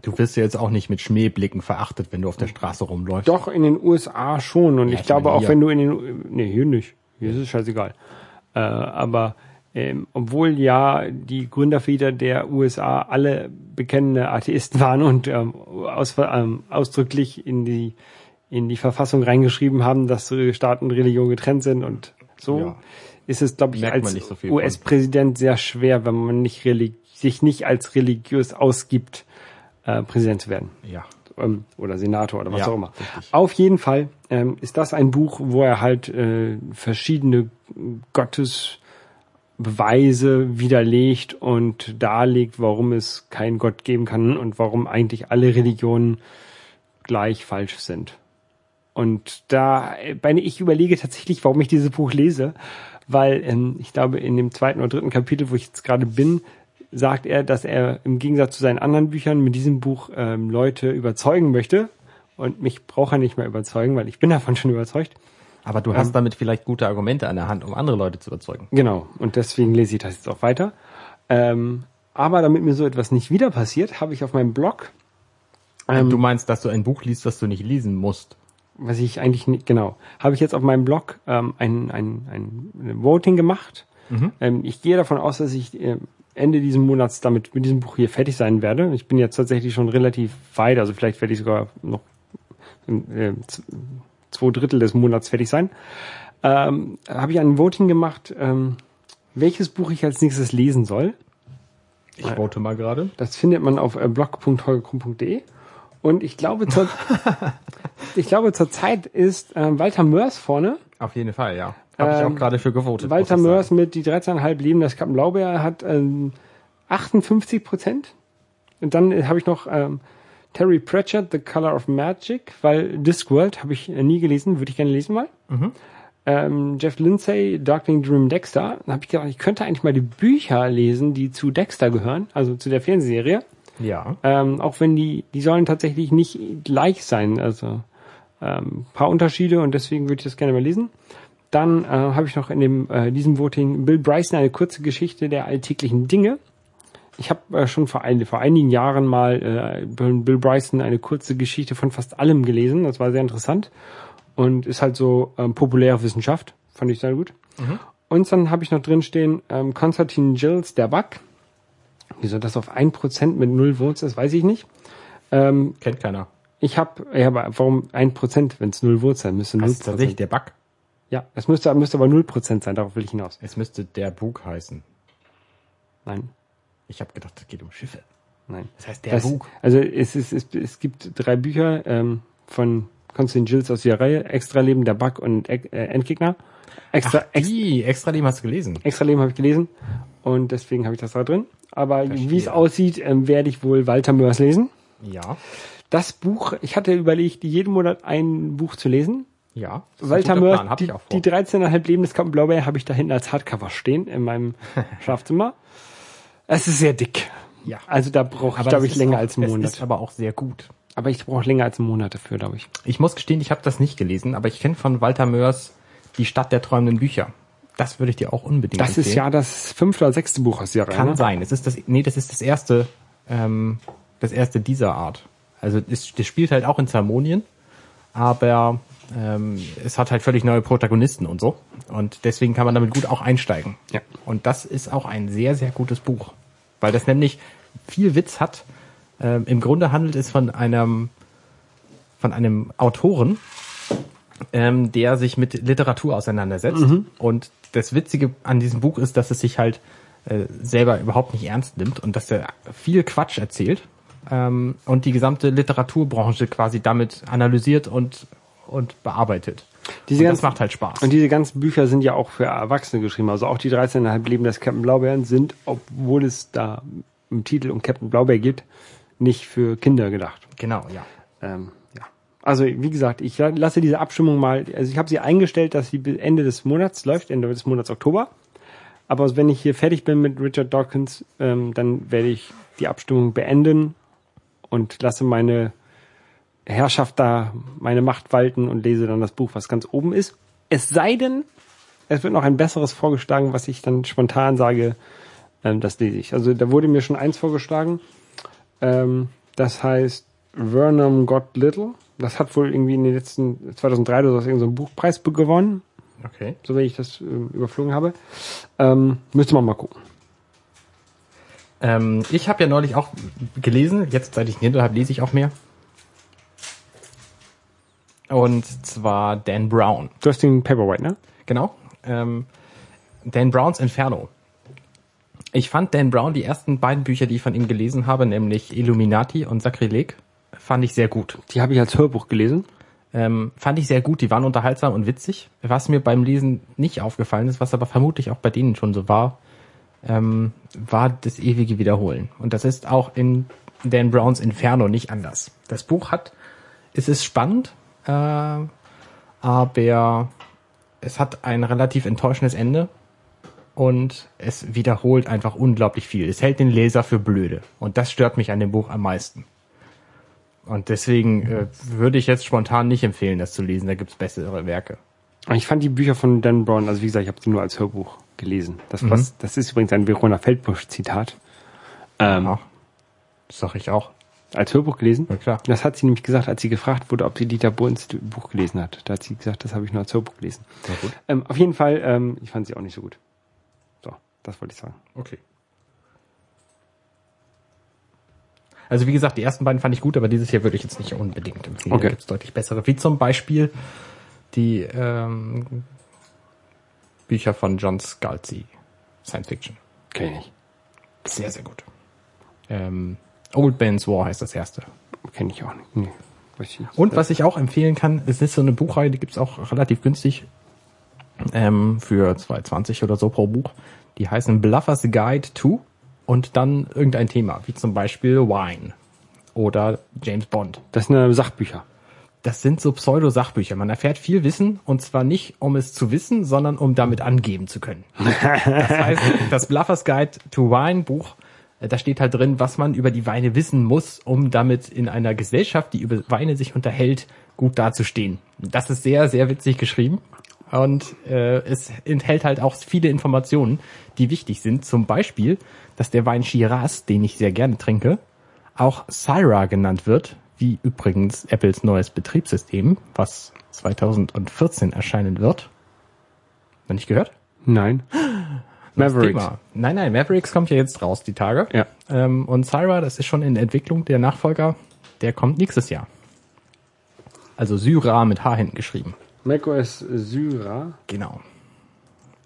Speaker 3: Du wirst ja jetzt auch nicht mit Schmähblicken verachtet, wenn du auf der Straße rumläufst.
Speaker 2: Mhm. Doch, in den USA schon. Und ich,
Speaker 3: ich
Speaker 2: glaube
Speaker 3: meine,
Speaker 2: auch,
Speaker 3: hier.
Speaker 2: wenn du in den. Nee, hier nicht. Hier ist es scheißegal. Äh, aber ähm, obwohl ja die Gründerväter der USA alle bekennende Atheisten waren und ähm, aus, ähm, ausdrücklich in die, in die Verfassung reingeschrieben haben, dass äh, Staat und Religion getrennt sind und so,
Speaker 3: Ja.
Speaker 2: ist es, glaube ich,
Speaker 3: Merkt man
Speaker 2: als
Speaker 3: nicht so viel von.
Speaker 2: US-Präsident sehr schwer, wenn man nicht relig- sich nicht als religiös ausgibt, äh, Präsident zu werden
Speaker 3: Ja.
Speaker 2: ähm, oder Senator oder was
Speaker 3: Ja,
Speaker 2: auch immer.
Speaker 3: richtig.
Speaker 2: Auf jeden Fall ähm, ist das ein Buch, wo er halt äh, verschiedene Gottesbeweise widerlegt und darlegt, warum es keinen Gott geben kann und warum eigentlich alle Religionen gleich falsch sind. Und da, äh, meine, ich überlege tatsächlich, warum ich dieses Buch lese, weil ähm, ich glaube, in dem zweiten oder dritten Kapitel, wo ich jetzt gerade bin, sagt er, dass er im Gegensatz zu seinen anderen Büchern mit diesem Buch ähm, Leute überzeugen möchte. Und mich braucht er nicht mehr überzeugen, weil ich bin davon schon überzeugt.
Speaker 3: Aber du
Speaker 2: Ähm.
Speaker 3: hast damit vielleicht gute Argumente an der Hand, um andere Leute zu überzeugen.
Speaker 2: Genau, und deswegen lese ich das jetzt auch weiter. Ähm, aber damit mir so etwas nicht wieder passiert, habe ich auf meinem Blog, Ähm.
Speaker 3: du meinst, dass du ein Buch liest, das du nicht lesen musst.
Speaker 2: was ich eigentlich nicht, genau, habe ich jetzt auf meinem Blog ähm, ein, ein, ein Voting gemacht. Ähm, ich gehe davon aus, dass ich ähm, Ende dieses Monats damit mit diesem Buch hier fertig sein werde. Ich bin jetzt tatsächlich schon relativ weit, also vielleicht werde ich sogar noch ähm, äh, z- zwei Drittel des Monats fertig sein. Ähm, habe ich ein Voting gemacht, ähm, welches Buch ich als nächstes lesen soll.
Speaker 3: Ich vote mal gerade.
Speaker 2: Das findet man auf äh, blog.holgerkrumm.de. Und ich glaube, zur, ich glaube, zurzeit ist ähm, Walter Mörs vorne.
Speaker 3: Auf jeden Fall, ja. Habe ich
Speaker 2: Ähm,
Speaker 3: auch gerade für gewotet.
Speaker 2: Walter
Speaker 3: muss ich
Speaker 2: Mörs mit die 13,5 Leben, das Kappen Blaubeer hat ähm, 58 Prozent. Und dann äh, habe ich noch ähm, Terry Pratchett, The Color of Magic, weil Discworld habe ich äh, nie gelesen, würde ich gerne lesen mal.
Speaker 3: Mhm.
Speaker 2: Ähm, Jeff Lindsay, Darkwing Dream Dexter. Da habe ich gedacht, ich könnte eigentlich mal die Bücher lesen, die zu Dexter gehören, also zu der Fernsehserie.
Speaker 3: sagen. Ja.
Speaker 2: Ähm, auch wenn die, die sollen tatsächlich nicht gleich sein. Also ähm, paar Unterschiede und deswegen würde ich das gerne mal lesen. Dann äh, habe ich noch in dem, äh, diesem Voting Bill Bryson eine kurze Geschichte der alltäglichen Dinge. Ich habe äh, schon vor, ein, vor einigen Jahren mal äh, Bill Bill Bryson eine kurze Geschichte von fast allem gelesen. Das war sehr interessant und ist halt so ähm, populäre Wissenschaft. Fand ich sehr gut. Und dann habe ich noch drin stehen ähm, Konstantin Gilles, der Bug. Wieso das auf 1% mit null Votes ist, weiß ich nicht.
Speaker 3: Kennt keiner.
Speaker 2: Ich habe, ja, aber warum 1%, wenn es null Votes sein müsste?
Speaker 3: Das
Speaker 2: null
Speaker 3: ist tatsächlich
Speaker 2: Prozent.
Speaker 3: der Bug.
Speaker 2: Ja, es müsste, müsste aber 0% sein, darauf will ich hinaus.
Speaker 3: Es müsste der Bug heißen.
Speaker 2: Nein,
Speaker 3: Ich habe gedacht, es geht um Schiffe.
Speaker 2: nein.
Speaker 3: Das heißt der Bug.
Speaker 2: Also es, ist, es, es gibt drei Bücher ähm, von Konstantin Gilles aus der Reihe, Extraleben, der Bug und Eck- äh, Endgegner. Extra, Ex,
Speaker 3: Die, extra dem hast du gelesen.
Speaker 2: Extraleben habe ich gelesen und deswegen habe ich das da drin. Aber wie es
Speaker 3: Verstehe.
Speaker 2: aussieht, ähm, werde ich wohl Walter Mörs lesen.
Speaker 3: Ja.
Speaker 2: Das Buch, ich hatte überlegt, jeden Monat ein Buch zu lesen.
Speaker 3: Ja. Das ist ein
Speaker 2: Walter
Speaker 3: guter
Speaker 2: Mörs,
Speaker 3: Plan, hab
Speaker 2: die,
Speaker 3: ich auch vor.
Speaker 2: die 13,5 Leben des Kampf Blaubeer habe ich da hinten als Hardcover stehen in meinem Schlafzimmer. Es ist sehr dick.
Speaker 3: Ja.
Speaker 2: Also da brauche ich,
Speaker 3: Aber
Speaker 2: glaube
Speaker 3: das
Speaker 2: ich,
Speaker 3: ist
Speaker 2: länger
Speaker 3: auch,
Speaker 2: als einen
Speaker 3: Es ist
Speaker 2: Monat.
Speaker 3: aber auch sehr gut.
Speaker 2: Aber ich brauche länger als einen Monat dafür, glaube ich.
Speaker 3: Ich muss gestehen, ich habe das nicht gelesen, aber ich kenne von Walter Mörs Die Stadt der träumenden Bücher. Das würde ich dir auch unbedingt
Speaker 2: Das
Speaker 3: empfehlen.
Speaker 2: ist ja das fünfte oder sechste Buch aus der Reihe.
Speaker 3: Kann
Speaker 2: ne?
Speaker 3: sein. Es ist das, nee, das ist das erste, ähm, das erste dieser Art. Also es, das spielt halt auch in Zermonien, aber ähm, es hat halt völlig neue Protagonisten und so. Und deswegen kann man damit gut auch einsteigen.
Speaker 2: Ja.
Speaker 3: Und das ist auch ein sehr, sehr gutes Buch. Weil das nämlich viel Witz hat. Ähm, Im Grunde handelt es von einem, von einem Autoren, ähm, der sich mit Literatur auseinandersetzt. Und das Witzige an diesem Buch ist, dass es sich halt äh, selber überhaupt nicht ernst nimmt und dass er viel Quatsch erzählt ähm, und die gesamte Literaturbranche quasi damit analysiert und, und bearbeitet.
Speaker 2: Diese
Speaker 3: und das
Speaker 2: ganzen-
Speaker 3: macht halt Spaß.
Speaker 2: Und diese ganzen Bücher sind ja auch für Erwachsene geschrieben. Also auch die 13,5 Leben des Captain Blaubeeren sind, obwohl es da im Titel um Captain Blaubeer geht, nicht für Kinder gedacht.
Speaker 3: genau, ja.
Speaker 2: Ähm, ja. Also wie gesagt, ich la- lasse diese Abstimmung mal, also ich habe sie eingestellt, dass sie bis Ende des Monats läuft, Ende des Monats Oktober. Aber wenn ich hier fertig bin mit Richard Dawkins, ähm, dann werde ich die Abstimmung beenden und lasse meine Herrschaft da, meine Macht walten und lese dann das Buch, was ganz oben ist. Es sei denn, es wird noch ein besseres vorgeschlagen, was ich dann spontan sage, ähm, das lese ich. Also da wurde mir schon eins vorgeschlagen. Ähm, das heißt Vernon God Little. Das hat wohl irgendwie in den letzten 2003 oder so irgendeinen so einen Buchpreis be- gewonnen,
Speaker 3: Okay.
Speaker 2: so wie ich das ähm, überflogen habe. Ähm, müsste man mal gucken.
Speaker 3: Ähm, ich habe ja neulich auch gelesen, jetzt seit ich ein Kind habe, lese ich auch mehr. Und zwar Dan Brown.
Speaker 2: Du hast den Paperwhite, ne?
Speaker 3: Genau. Ähm, Dan Browns Inferno. Ich fand Dan Brown die ersten beiden Bücher, die ich von ihm gelesen habe, nämlich Illuminati und Sakrileg, fand ich sehr gut.
Speaker 2: Die habe ich als Hörbuch gelesen.
Speaker 3: Ähm, fand ich sehr gut, die waren unterhaltsam und witzig. Was mir beim Lesen nicht aufgefallen ist, was aber vermutlich auch bei denen schon so war, ähm, war das ewige Wiederholen. Und das ist auch in Dan Browns Inferno nicht anders. Das Buch hat, es ist spannend, äh, aber es hat ein relativ enttäuschendes Ende und es wiederholt einfach unglaublich viel. Es hält den Leser für blöde und das stört mich an dem Buch am meisten. Und deswegen äh, würde ich jetzt spontan nicht empfehlen, das zu lesen. Da gibt's bessere Werke.
Speaker 2: Und ich fand die Bücher von Dan Brown, also wie gesagt, ich habe sie nur als Hörbuch gelesen. Das, was, das ist übrigens ein Verona Feldbusch-Zitat. Ähm,
Speaker 3: Ach, das sag ich auch.
Speaker 2: Als Hörbuch gelesen?
Speaker 3: Na klar.
Speaker 2: Das hat sie nämlich gesagt, als sie gefragt wurde, ob sie Dieter Bohlens Buch gelesen hat. Da hat sie gesagt, das habe ich nur als Hörbuch gelesen.
Speaker 3: Na gut.
Speaker 2: Ähm, auf jeden Fall, ähm, ich fand sie auch nicht so gut. So, das wollte ich sagen.
Speaker 3: Okay. Also wie gesagt, die ersten beiden fand ich gut, aber dieses hier würde ich jetzt nicht unbedingt empfehlen.
Speaker 2: Okay.
Speaker 3: Da gibt's deutlich bessere. Wie zum Beispiel die ähm, Bücher von John Scalzi. Science Fiction.
Speaker 2: Kenn ich nicht.
Speaker 3: Sehr, sehr gut. Ähm, Old Man's War heißt das erste.
Speaker 2: Kenn ich auch nicht. Nee. Weiß ich nicht.
Speaker 3: Und was ich auch empfehlen kann, es ist so eine Buchreihe, die gibt's auch relativ günstig ähm, für 2,20 oder so pro Buch. Die heißen Bluffers Guide to und dann irgendein Thema, wie zum Beispiel Wine oder James Bond.
Speaker 2: Das sind äh, Sachbücher.
Speaker 3: Das sind so Pseudo-Sachbücher. Man erfährt viel Wissen und zwar nicht, um es zu wissen, sondern um damit angeben zu können. Das heißt, das Bluffers Guide to Wine Buch, äh, da steht halt drin, was man über die Weine wissen muss, um damit in einer Gesellschaft, die über Weine sich unterhält, gut dazustehen. Das ist sehr, sehr witzig geschrieben und äh, es enthält halt auch viele Informationen, die wichtig sind. Zum Beispiel, dass der Wein Shiraz, den ich sehr gerne trinke, auch Syrah genannt wird, wie übrigens Apples neues Betriebssystem, was 2014 erscheinen wird. Noch nicht gehört?
Speaker 2: Nein. Mavericks.
Speaker 3: Thema. Nein, nein, Mavericks kommt ja jetzt raus, die Tage.
Speaker 2: Ja.
Speaker 3: Ähm, und Syrah, das ist schon in Entwicklung, der Nachfolger, der kommt nächstes Jahr. Also Syrah mit H hinten geschrieben.
Speaker 2: macOS Syra.
Speaker 3: Genau.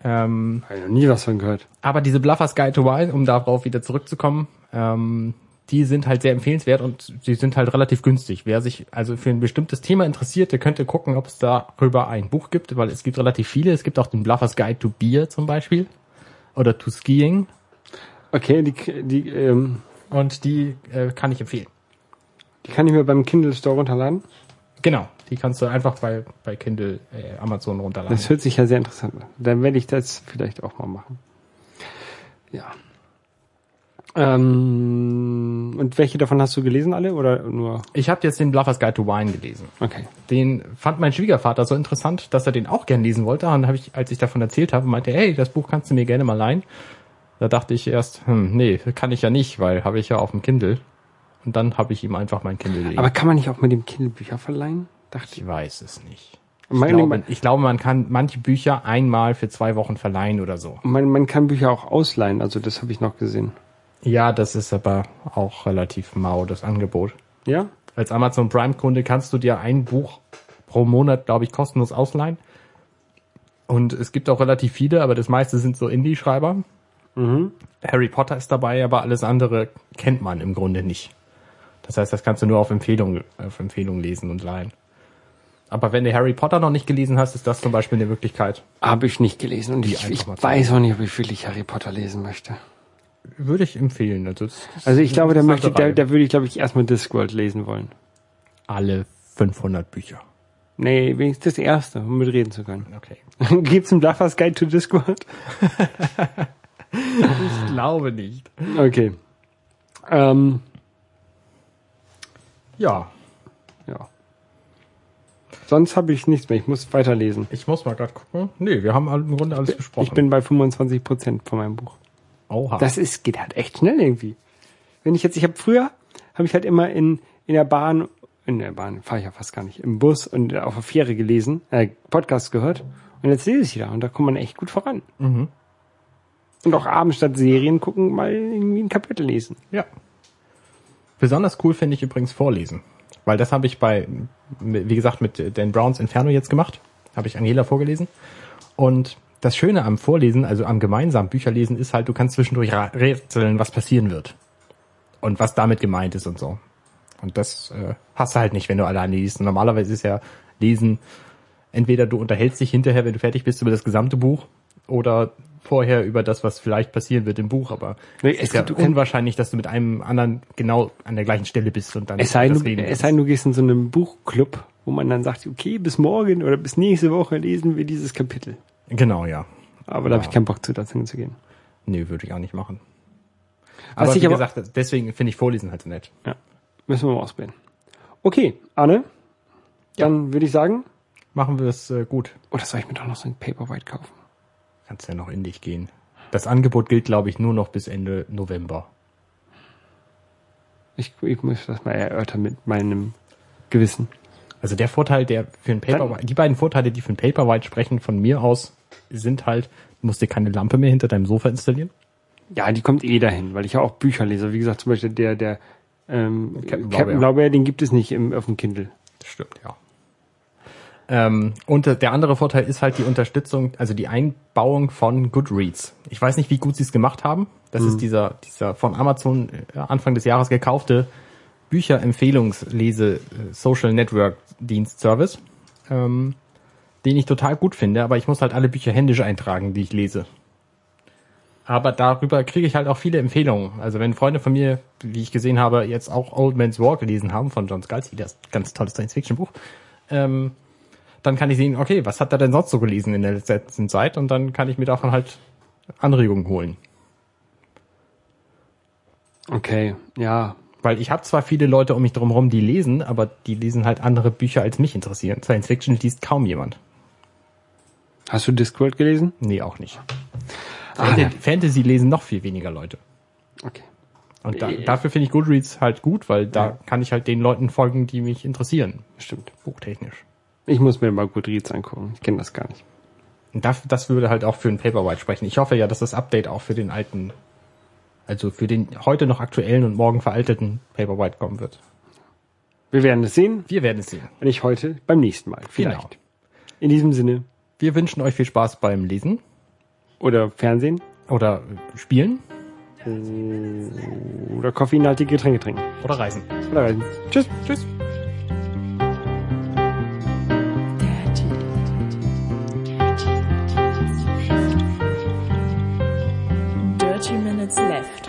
Speaker 3: Ähm,
Speaker 2: Habe ich noch nie was von gehört.
Speaker 3: aber diese Bluffers Guide to Wine, um darauf wieder zurückzukommen, ähm, die sind halt sehr empfehlenswert und die sind halt relativ günstig. Wer sich also für ein bestimmtes Thema interessiert, der könnte gucken, ob es darüber ein Buch gibt, weil es gibt relativ viele. Es gibt auch den Bluffers Guide to Beer zum Beispiel oder to Skiing.
Speaker 2: Okay, die, die, ähm,
Speaker 3: Und die äh, kann ich empfehlen.
Speaker 2: die kann ich mir beim Kindle Store runterladen.
Speaker 3: Genau. Die kannst du einfach bei, bei Kindle äh, Amazon runterladen.
Speaker 2: Das hört sich ja sehr interessant an. Dann werde ich das vielleicht auch mal machen. Ja. Ähm, und welche davon hast du gelesen alle oder nur?
Speaker 3: Ich habe jetzt den Bluffers Guide to Wine gelesen.
Speaker 2: Okay.
Speaker 3: Den fand mein Schwiegervater so interessant, dass er den auch gern lesen wollte. Und habe ich, als ich davon erzählt habe, meinte, hey, das Buch kannst du mir gerne mal leihen. Da dachte ich erst, hm, nee, kann ich ja nicht, weil habe ich ja auf dem Kindle. Und dann habe ich ihm einfach mein Kindle gelegt.
Speaker 2: Aber kann man nicht auch mit dem Kindle Bücher verleihen? Dachte ich.
Speaker 3: ich weiß es nicht. Ich
Speaker 2: Man,
Speaker 3: glaube,
Speaker 2: man,
Speaker 3: ich glaube, man kann manche Bücher einmal für zwei Wochen verleihen oder so.
Speaker 2: man, man kann Bücher auch ausleihen, also das habe ich noch gesehen.
Speaker 3: Ja, das ist aber auch relativ mau, das Angebot.
Speaker 2: Ja?
Speaker 3: als Amazon Prime-Kunde kannst du dir ein Buch pro Monat, glaube ich, kostenlos ausleihen. Und es gibt auch relativ viele, aber das meiste sind so Indie-Schreiber.
Speaker 2: Mhm.
Speaker 3: Harry Potter ist dabei, aber alles andere kennt man im Grunde nicht. Das heißt, das kannst du nur auf Empfehlung, auf Empfehlung lesen und leihen. Aber wenn du Harry Potter noch nicht gelesen hast, ist das zum Beispiel eine Möglichkeit.
Speaker 2: Habe ich nicht gelesen und ich,
Speaker 3: einfach
Speaker 2: ich
Speaker 3: mal zeigen.
Speaker 2: weiß auch nicht, ob ich wirklich Harry Potter lesen möchte.
Speaker 3: Würde ich empfehlen. Also, das ist
Speaker 2: Also ich glaube, da
Speaker 3: eine
Speaker 2: möchte,
Speaker 3: interessante
Speaker 2: da,
Speaker 3: Reihe.
Speaker 2: da würde ich, glaube ich, erstmal Discworld lesen wollen.
Speaker 3: alle 500 Bücher.
Speaker 2: Nee, wenigstens das erste, um mit reden zu können.
Speaker 3: Okay.
Speaker 2: Gibt's ein Bluffers Guide to Discord?
Speaker 3: Ich glaube nicht.
Speaker 2: Okay. Ähm,
Speaker 3: Ja,
Speaker 2: ja. Sonst habe ich nichts mehr. Ich muss weiterlesen.
Speaker 3: ich muss mal gerade gucken. Nee, wir haben im Grunde alles besprochen.
Speaker 2: Ich bin bei 25 Prozent von meinem Buch.
Speaker 3: Oha.
Speaker 2: Das ist, geht halt echt schnell irgendwie. Wenn ich jetzt, ich habe früher, habe ich halt immer in, in der Bahn, in der Bahn fahre ich ja fast gar nicht, im Bus und auf der Fähre gelesen, äh, Podcast gehört. Und jetzt lese ich wieder und da kommt man echt gut voran. Und auch abends statt Serien gucken, mal irgendwie ein Kapitel lesen.
Speaker 3: Ja. Besonders cool finde ich übrigens Vorlesen. Weil das habe ich bei, wie gesagt, mit Dan Browns Inferno jetzt gemacht. Habe ich Angela vorgelesen. Und das Schöne am Vorlesen, also am gemeinsamen Bücherlesen, ist halt, du kannst zwischendurch ra- rätseln, was passieren wird. Und was damit gemeint ist und so. Und das äh, hast du halt nicht, wenn du alleine liest. Und normalerweise ist ja Lesen, entweder du unterhältst dich hinterher, wenn du fertig bist, über das gesamte Buch oder vorher über das, was vielleicht passieren wird im Buch, aber
Speaker 2: Nee,
Speaker 3: es
Speaker 2: es
Speaker 3: ist ja
Speaker 2: gibt- du kannst-
Speaker 3: unwahrscheinlich, dass du mit einem anderen genau an der gleichen Stelle bist und dann
Speaker 2: Es sei,
Speaker 3: das
Speaker 2: denn, es
Speaker 3: kannst.
Speaker 2: sei denn, du gehst in so einem Buchclub, wo man dann sagt, okay, bis morgen oder bis nächste Woche lesen wir dieses Kapitel.
Speaker 3: Genau, ja.
Speaker 2: Aber da habe ich keinen Bock zu, dazu hinzugehen.
Speaker 3: Nee, würde ich auch nicht machen.
Speaker 2: Was
Speaker 3: Aber
Speaker 2: ich
Speaker 3: wie
Speaker 2: aber-
Speaker 3: gesagt, deswegen finde ich Vorlesen halt so nett.
Speaker 2: Ja. Müssen wir mal ausbilden. Okay, Anne, dann würde ich sagen,
Speaker 3: Machen wir es äh, gut.
Speaker 2: oder soll ich mir doch noch so ein Paperwhite kaufen?
Speaker 3: Kannst ja noch in dich gehen. Das Angebot gilt, glaube ich, nur noch bis Ende November.
Speaker 2: Ich, ich muss das mal erörtern mit meinem Gewissen.
Speaker 3: Also der Vorteil, der für ein Paperwhite, die beiden Vorteile, die für ein Paperwhite sprechen, von mir aus, sind halt, du musst dir keine Lampe mehr hinter deinem Sofa installieren.
Speaker 2: Ja, die kommt eh dahin, weil ich ja auch Bücher lese. Wie gesagt, zum Beispiel der, der ähm, Captain,
Speaker 3: Blaubeer.
Speaker 2: Blaubeer, den gibt es nicht im, auf dem Kindle.
Speaker 3: Stimmt, ja. Ähm, und äh, der andere Vorteil ist halt die Unterstützung, also die Einbauung von Goodreads. Ich weiß nicht, wie gut sie es gemacht haben. Das ist dieser, dieser von Amazon äh, Anfang des Jahres gekaufte äh, Bücherempfehlungslese-Social-Network-Dienst-Service, ähm, den ich total gut finde, aber ich muss halt alle Bücher händisch eintragen, die ich lese. Aber darüber kriege ich halt auch viele Empfehlungen. Also wenn Freunde von mir, wie ich gesehen habe, jetzt auch Old Man's War gelesen haben von John Scalzi, das ganz tolles Science-Fiction-Buch, ähm, dann kann ich sehen, okay, was hat er denn sonst so gelesen in der letzten Zeit? Und dann kann ich mir davon halt Anregungen holen.
Speaker 2: Okay, ja.
Speaker 3: Weil ich habe zwar viele Leute um mich drumherum, die lesen, aber die lesen halt andere Bücher, als mich interessieren. Science-Fiction liest kaum jemand.
Speaker 2: Hast du Discworld gelesen?
Speaker 3: Nee, auch nicht.
Speaker 2: Ah,
Speaker 3: Fantasy, Fantasy lesen noch viel weniger Leute.
Speaker 2: Okay.
Speaker 3: Und da,
Speaker 2: Äh.
Speaker 3: dafür finde ich Goodreads halt gut, weil da kann ich halt den Leuten folgen, die mich interessieren.
Speaker 2: Stimmt.
Speaker 3: Buchtechnisch.
Speaker 2: Ich muss mir mal Goodreads angucken. Ich kenne das gar nicht.
Speaker 3: Und das, das würde halt auch für den Paperwhite sprechen. Ich hoffe ja, dass das Update auch für den alten, also für den heute noch aktuellen und morgen veralteten Paperwhite kommen wird.
Speaker 2: Wir werden es sehen.
Speaker 3: Wir werden es sehen.
Speaker 2: Wenn nicht heute, beim nächsten Mal. Vielleicht.
Speaker 3: Genau.
Speaker 2: In diesem Sinne.
Speaker 3: Wir wünschen euch viel Spaß beim Lesen
Speaker 2: Oder Fernsehen.
Speaker 3: oder Spielen
Speaker 2: Oder koffeinhaltige Getränke trinken.
Speaker 3: oder Reisen.
Speaker 2: Oder reisen. Tschüss.
Speaker 3: Tschüss.
Speaker 1: Dirty Minutes Left.